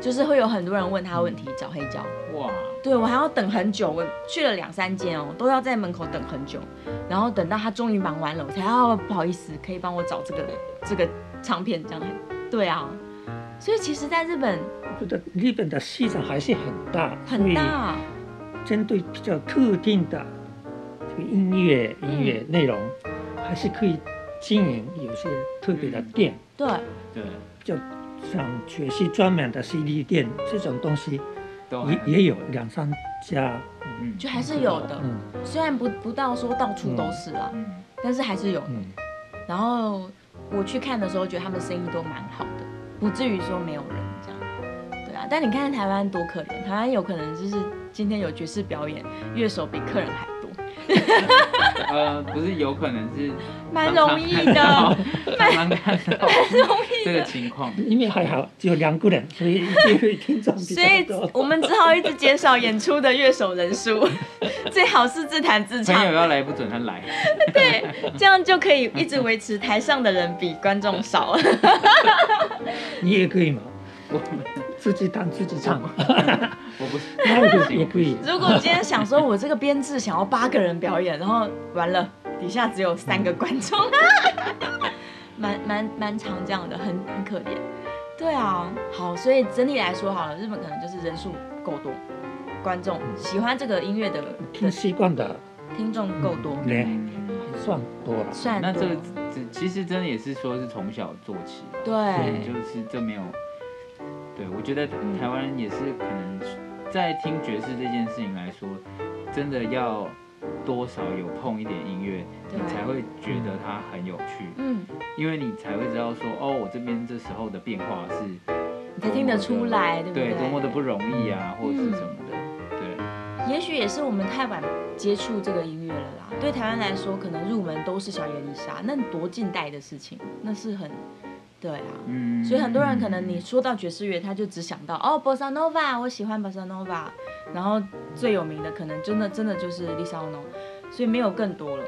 Speaker 2: 就是会有很多人问他问题找黑胶。
Speaker 3: 哇，
Speaker 2: 对我还要等很久，我去了两三间哦，都要在门口等很久，然后等到他终于忙完了，我才啊不好意思，可以帮我找这个这个唱片这样。对啊，所以其实在日本
Speaker 4: 我觉得日本的市场还是很大，
Speaker 2: 很大，啊
Speaker 4: 所以针对比较特定的这个音乐音乐内容，还是可以经营有些特别的店，
Speaker 2: 对，
Speaker 3: 对，
Speaker 4: 就像爵士专门的 CD 店这种东西
Speaker 3: 都哦还
Speaker 4: 也也有两三家，
Speaker 3: 嗯
Speaker 2: 就还是有的，
Speaker 4: 嗯
Speaker 2: 虽然不不到说到处都是啦，
Speaker 3: 嗯
Speaker 2: 但是还是有。
Speaker 4: 嗯。
Speaker 2: 然后我去看的时候，觉得他们生意都蛮好的，不至于说没有人这样。对啊，但你看台湾多可怜，台湾有可能就是今天有爵士表演，乐手比客人还多。
Speaker 3: 呃，不是有可能是
Speaker 2: 蛮容易
Speaker 3: [laughs]
Speaker 2: 的，
Speaker 3: 刚刚看到
Speaker 2: 容易
Speaker 3: 这个情
Speaker 2: [laughs]
Speaker 3: 况，
Speaker 4: 因为还好只有两个人，所以一定会听众比
Speaker 2: [laughs] 所
Speaker 4: 较
Speaker 2: 以
Speaker 4: 多。
Speaker 2: 我们只好一直减少演出的乐手人数，
Speaker 3: [laughs]
Speaker 2: 最好是自弹自
Speaker 3: 朋友
Speaker 2: 唱，
Speaker 3: 要来不准他来， [laughs]
Speaker 2: 这样就可以一直维持台上的人比观众少。
Speaker 4: 你也可以嘛，
Speaker 3: 我
Speaker 4: 自己弹自己唱，
Speaker 3: 我不是
Speaker 4: 那个也可以。
Speaker 2: 如果今天想说我这个编制想要八个人表演，然后完了底下只有三个观众， [laughs] 蛮蛮蛮常这样的，很很可怜。对啊，好，所以整体来说好了，日本可能就是人数够多，观众
Speaker 3: 嗯
Speaker 2: 喜欢这个音乐的
Speaker 4: 听习惯的
Speaker 2: 听众够多，
Speaker 4: 人
Speaker 3: 嗯
Speaker 4: 还算多了。
Speaker 2: 算
Speaker 3: 那
Speaker 2: 多。
Speaker 3: 这个这其实真的也是说是从小做起吧，
Speaker 2: 对，
Speaker 3: 就是这没有，对我觉得
Speaker 2: 嗯
Speaker 3: 台湾人也是可能在听爵士这件事情来说，真的要多少有碰一点音乐，
Speaker 2: 对
Speaker 3: 你才会觉得它很有趣，
Speaker 2: 嗯，
Speaker 3: 因为你才会知道说哦，我这边这时候的变化是
Speaker 2: 你才听得出来，对不嗯
Speaker 3: 对
Speaker 2: 对？
Speaker 3: 多么的不容易啊，或者是什么的，对。
Speaker 2: 也许也是我们太晚接触这个音乐了啦。对台湾来说，可能入门都是小野丽莎，那多近代的事情，那是很，对啊。
Speaker 3: 嗯，
Speaker 2: 所以很多人可能你说到爵士乐，他就只想到哦，bossa nova，我喜欢 bossa nova，然后最有名的可能真的真的就是 Lisa Ono，所以没有更多了。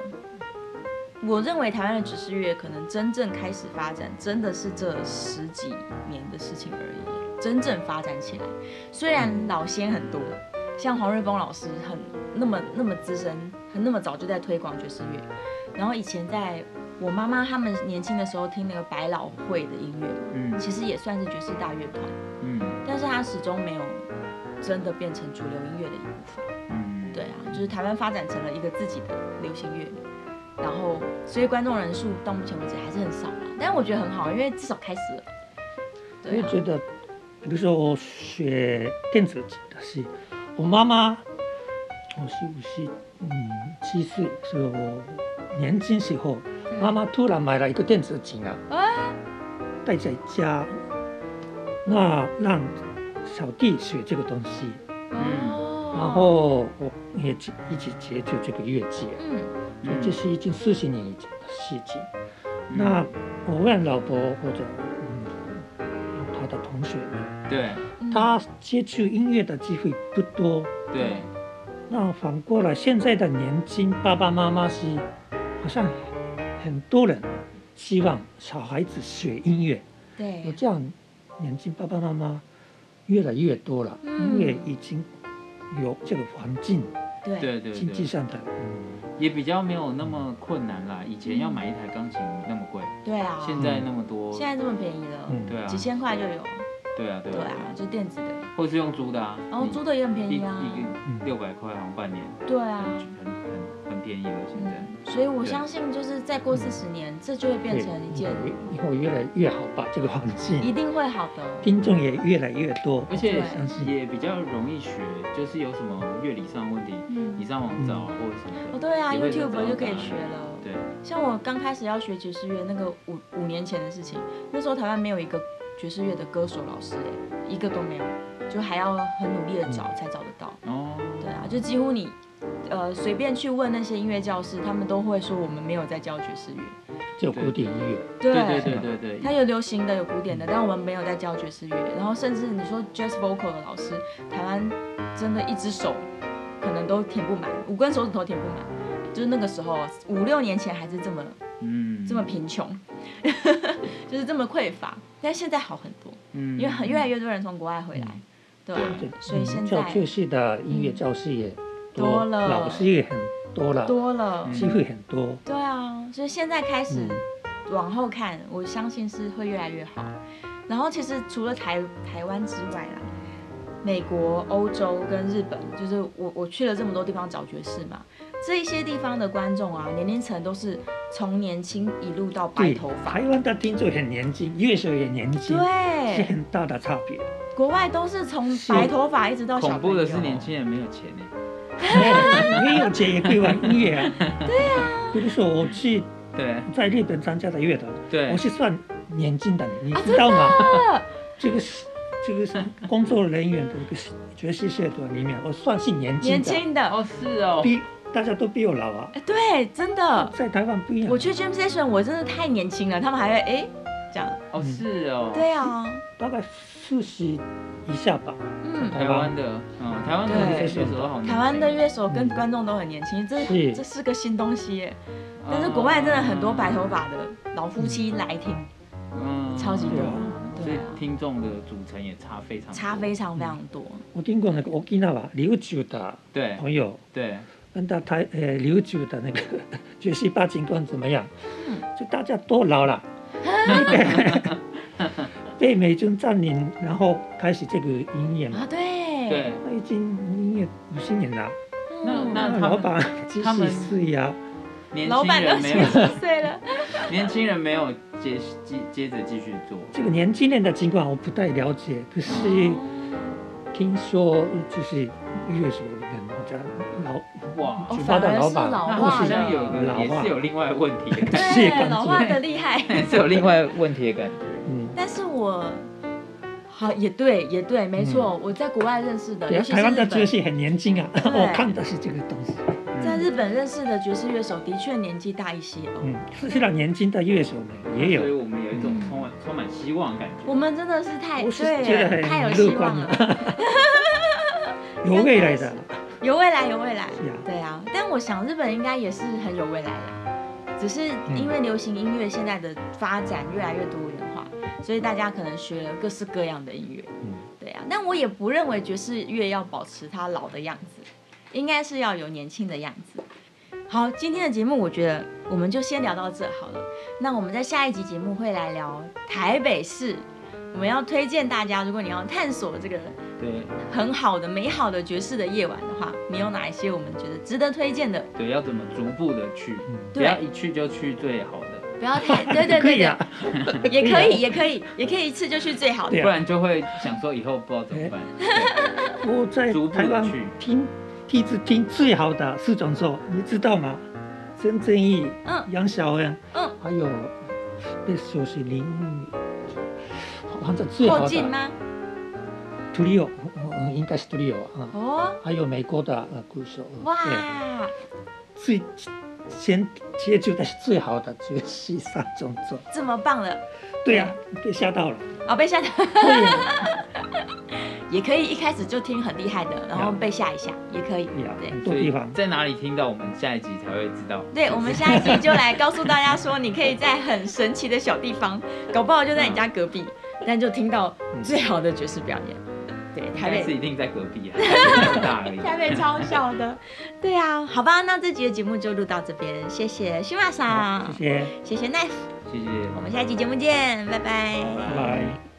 Speaker 2: 我认为台湾的爵士乐可能真正开始发展，真的是这十几年的事情而已，真正发展起来。虽然老先很多，像黄瑞峰老师很那么那么资深，很那么早就在推广爵士乐，然后以前在我妈妈他们年轻的时候听那个百老汇的音乐，
Speaker 3: 嗯
Speaker 2: 其实也算是爵士大乐团，
Speaker 3: 嗯
Speaker 2: 但是它始终没有真的变成主流音乐的一部分。
Speaker 3: 嗯，
Speaker 2: 对啊，就是台湾发展成了一个自己的流行乐，然后所以观众人数到目前为止还是很少啦，但我觉得很好，因为至少开始了。
Speaker 4: 我
Speaker 2: 对
Speaker 4: 也
Speaker 2: 啊，
Speaker 4: 觉得，比如说我学电子琴的是，我妈妈，我是五十嗯七岁，是我年轻时候，妈妈突然买了一个电子琴啊，
Speaker 2: 嗯啊，
Speaker 4: 带在家，那让小弟学这个东西，
Speaker 3: 嗯
Speaker 2: 哦，
Speaker 4: 然后我也一起接触这个乐器啊。
Speaker 2: 嗯
Speaker 4: 所以这是已经四十年以前的事情。
Speaker 3: 嗯
Speaker 4: 那我问老婆或者嗯他的同学们，
Speaker 3: 对
Speaker 2: 嗯
Speaker 4: 他接触音乐的机会不多。
Speaker 3: 对，
Speaker 4: 那反过来，现在的年轻爸爸妈妈是好像很多人希望小孩子学音乐，有
Speaker 2: 对
Speaker 4: 这样年轻爸爸妈妈越来越多了，
Speaker 2: 嗯
Speaker 4: 因为已经有这个环境、
Speaker 2: 对
Speaker 3: 对对
Speaker 4: 经济
Speaker 3: 对，
Speaker 4: 上的嗯
Speaker 3: 也比较没有那么困难啦。以前要买一台钢琴那么贵，
Speaker 2: 对啊，
Speaker 3: 现在那么多，
Speaker 2: 现在这么便宜了，
Speaker 4: 嗯
Speaker 3: 对啊，
Speaker 2: 几千块就有，
Speaker 3: 对啊对
Speaker 2: 对啊，
Speaker 3: 啊，
Speaker 2: 就电子的，
Speaker 3: 或是用租的啊。
Speaker 2: 然后
Speaker 3: 你
Speaker 2: 租的也很便
Speaker 3: 一一
Speaker 2: 宜啊，
Speaker 4: 嗯
Speaker 3: 个六百块，好像半年，
Speaker 2: 对啊
Speaker 3: 很。很很很便宜了。现在
Speaker 2: 嗯，所以我相信，就是再过四十年，这就会变成一件
Speaker 4: 以后越来越好吧，这个环
Speaker 2: 一
Speaker 4: 境，
Speaker 2: 定会好的。
Speaker 4: 听众也越来越多。
Speaker 3: 而且
Speaker 2: 对
Speaker 4: 相信
Speaker 3: 也比较容易学，就是有什么乐理上问题，
Speaker 2: 嗯，
Speaker 3: 你上网找啊，或者什么
Speaker 2: 哦
Speaker 3: 的。
Speaker 2: 对啊
Speaker 3: 也会找到
Speaker 2: ，YouTube 就可
Speaker 3: 答
Speaker 2: 以
Speaker 3: 案
Speaker 2: 学了。
Speaker 3: 对，
Speaker 2: 像我刚开始要学爵士乐，那个五五年前的事情，那时候台湾没有一个爵士乐的歌手老师、哎，一个都没有，就还要很努力的找才找得到。
Speaker 3: 哦，
Speaker 2: 对啊，就几乎你，呃，随便去问那些音乐教室，他们都会说我们没有在教爵士乐。
Speaker 4: 就古典音乐，
Speaker 2: 对
Speaker 3: 对对对对
Speaker 2: 它
Speaker 3: 对，
Speaker 2: 有流行的，有古典的，但我们没有在教爵士乐。然后甚至你说 jazz vocal 的老师，台湾真的一只手可能都填不满，五根手指头填不满。就是那个时候，五六年前还是这么
Speaker 3: 嗯，
Speaker 2: 这么贫穷， [laughs] 就是这么匮乏。但现在好很多，
Speaker 3: 嗯，
Speaker 2: 因为很越来越多人从国外回来，对啊
Speaker 4: 对，
Speaker 2: 所以现
Speaker 4: 教爵
Speaker 2: 在嗯
Speaker 4: 士的音乐教室也
Speaker 2: 多了
Speaker 4: 老师也很多了，
Speaker 2: 多了。
Speaker 4: 机会很多。
Speaker 2: 对啊，所以现在开始
Speaker 4: 嗯
Speaker 2: 往后看，我相信是会越来越好。然后其实除了台台湾之外啦，美国、欧洲跟日本，就是我我去了这么多地方找爵士嘛，这一些地方的观众啊，年龄层都是从年轻一路到白
Speaker 4: 对
Speaker 2: 头，发，
Speaker 4: 台湾的听众很年轻，乐手也年轻，是
Speaker 2: 对，
Speaker 4: 很大的差
Speaker 2: [laughs]
Speaker 4: 别。
Speaker 2: 国外都是从白头发一直到小
Speaker 3: 恐
Speaker 2: 朋友
Speaker 3: 怖的是年轻人没有钱欸呢。
Speaker 4: 没有钱也可以玩音乐啊。对啊，比如说我去
Speaker 3: 对
Speaker 4: 在日本参加的乐团，
Speaker 3: 对
Speaker 4: 我，是算年轻的，你
Speaker 2: 啊
Speaker 4: 知道吗？这个是这
Speaker 2: [laughs]
Speaker 4: 个是工作人员的一个爵士社团里面，我算是年
Speaker 2: [laughs]
Speaker 4: 轻
Speaker 2: 年
Speaker 4: 的，
Speaker 2: 轻的，
Speaker 3: 哦是哦，
Speaker 4: 比大家都比我老啊。
Speaker 2: 哎对，真的，
Speaker 4: 在台湾不一样，
Speaker 2: 嗯我去 Jam Session 我真的太年轻了，他们还会哎这样，
Speaker 3: 哦是哦，
Speaker 2: 对啊，
Speaker 4: 大概四十以下吧。
Speaker 2: 嗯。
Speaker 3: 台湾的，嗯，台湾的
Speaker 2: 对
Speaker 3: 那些歌手都好年轻，
Speaker 2: 台湾的乐手跟
Speaker 4: 嗯
Speaker 2: 观众都很年轻，这
Speaker 4: 是
Speaker 2: 这是个新东西耶。
Speaker 3: 嗯，
Speaker 2: 但是国外真的很多白头发的老夫妻来听，
Speaker 3: 嗯，
Speaker 2: 超级
Speaker 4: 多
Speaker 3: 所
Speaker 2: 对
Speaker 3: 以
Speaker 2: 啊
Speaker 3: 听众的组成也差非
Speaker 4: 嗯
Speaker 3: 常多
Speaker 2: 差非常非常多。
Speaker 4: 我听过那个沖縄琉球的
Speaker 3: 对
Speaker 4: 朋友，
Speaker 3: 对，
Speaker 4: 跟他台呃琉球的那个 [laughs] 爵士八情观怎么样
Speaker 2: 嗯？
Speaker 4: 就大家都老了，
Speaker 3: 嗯
Speaker 4: 被美军占领，然后开始这个音乐嘛
Speaker 2: 啊，，对
Speaker 3: 对，
Speaker 4: 那已经音乐五十年了。
Speaker 2: 嗯
Speaker 3: 那他们
Speaker 4: 老板七
Speaker 3: 他
Speaker 4: 十
Speaker 3: 们
Speaker 4: 岁啊呀，
Speaker 3: 年
Speaker 2: 老
Speaker 3: 轻
Speaker 2: 板都
Speaker 3: 人没
Speaker 2: 七
Speaker 3: 有，
Speaker 2: 十岁了，
Speaker 3: [laughs] 年轻人没有接接接着继续做，
Speaker 4: 这个年轻人的情况我不太了解，可 [laughs] 是听说就是乐手人好像老
Speaker 2: 哦
Speaker 3: 哇，
Speaker 4: 举报
Speaker 2: 反
Speaker 4: 的
Speaker 2: 而
Speaker 4: 老
Speaker 2: 是
Speaker 4: 板
Speaker 2: 老
Speaker 3: 那
Speaker 2: 化
Speaker 3: 好
Speaker 4: 不是
Speaker 3: 像有一
Speaker 4: 老
Speaker 3: 个
Speaker 4: 化
Speaker 3: 也是有另外问题的
Speaker 4: [laughs]
Speaker 3: 感
Speaker 4: 是
Speaker 2: 对
Speaker 4: 感觉
Speaker 2: 老化的厉害。
Speaker 3: 觉，是有另外问题的感觉，
Speaker 4: 嗯，
Speaker 2: 但是我好也对也对，没错，我在国外认识的，
Speaker 4: 嗯对
Speaker 2: 尤
Speaker 4: 啊
Speaker 2: 其是
Speaker 4: 台湾的
Speaker 2: 日
Speaker 4: 爵
Speaker 2: 本，
Speaker 4: 士很年轻啊，
Speaker 2: 对
Speaker 4: [laughs] 我看的是这个东西，
Speaker 3: 嗯
Speaker 2: 在日本认识的爵士乐手的确年纪大一些哦。
Speaker 4: 嗯，虽然年轻的乐手们也
Speaker 3: 所以
Speaker 4: 有，
Speaker 3: 我们有一种充满充满希望的感觉，
Speaker 2: 我们真的是太
Speaker 4: 我是
Speaker 2: 对
Speaker 4: 觉得
Speaker 2: 了，
Speaker 4: 很
Speaker 2: 太有
Speaker 4: 乐
Speaker 2: 希
Speaker 4: 观
Speaker 2: 望
Speaker 4: 的
Speaker 2: 了。
Speaker 4: 有未来的，
Speaker 2: 有未来，有未来
Speaker 4: 是啊，
Speaker 2: 对啊，但我想日本应该也是很有未来啦，只是
Speaker 4: 嗯
Speaker 2: 因为流行音乐现在的发展越来越多元化，所以大家可能学了各式各样的音乐，
Speaker 4: 嗯，
Speaker 2: 对啊，但我也不认为爵士乐要保持它老的样子，应该是要有年轻的样子。好，今天的节目我觉得我们就先聊到这好了。那我们在下一集节目会来聊台北市，我们要推荐大家，如果你要探索这个
Speaker 3: 对
Speaker 2: 很好的、美好的爵士的夜晚的话，你有哪一些我们觉得值得推荐的？
Speaker 3: 对，要怎么逐步的去，不要
Speaker 2: 对，
Speaker 3: 一去就去最好的。
Speaker 2: 不要
Speaker 4: [laughs]
Speaker 2: 太，对对
Speaker 4: 嗯可
Speaker 2: 对
Speaker 4: 以
Speaker 2: 对
Speaker 4: 啊，，
Speaker 2: 也可以，也可以，也可以一次就去最好的
Speaker 4: 对。啊哎
Speaker 3: 不然就会想说以后不知道怎么办。
Speaker 4: 我在
Speaker 3: 逐步地
Speaker 4: 台湾
Speaker 3: 去
Speaker 4: 听第一次听最好的四种手，你知道吗？孙正义、
Speaker 2: 嗯
Speaker 4: 杨小恩，
Speaker 2: 嗯，
Speaker 4: 还有呃那首是林，好像最好
Speaker 2: 后进
Speaker 4: 的
Speaker 2: 吗？
Speaker 4: trio，嗯嗯应该是 trio 啊。
Speaker 2: 哦，
Speaker 4: 还有美国的呃鼓手，对，啊
Speaker 2: 哇，
Speaker 4: 最先接触的是最好的爵士三重奏，
Speaker 2: 这么棒的
Speaker 4: 对呀、被吓到了，
Speaker 2: 哦，被吓到， [laughs]
Speaker 4: 对呀、
Speaker 2: 也可以一开始就听很厉害的，然后被吓一下，也可以。
Speaker 4: 对啊呀、
Speaker 2: 对
Speaker 4: 很多地方，
Speaker 3: 在哪里听到，我们下一集才会知道。
Speaker 2: 对，我们下一集就来告诉大家说，你可以在很神奇的小地方，搞不好就在你家隔壁，
Speaker 4: 嗯
Speaker 2: 但就听到最好的爵士表演。对，台
Speaker 3: 台
Speaker 2: 北
Speaker 3: 北是一定在隔
Speaker 2: [laughs]
Speaker 3: 壁啊，台北大而已。
Speaker 2: 台北超小
Speaker 4: [laughs]
Speaker 2: 的，对啊，好吧，那这集的节目就录到这边，谢谢新马桑
Speaker 4: 谢，谢，
Speaker 2: 谢谢 Knife，
Speaker 3: 谢谢，
Speaker 2: 我们下一集节目见，拜拜
Speaker 4: 拜拜。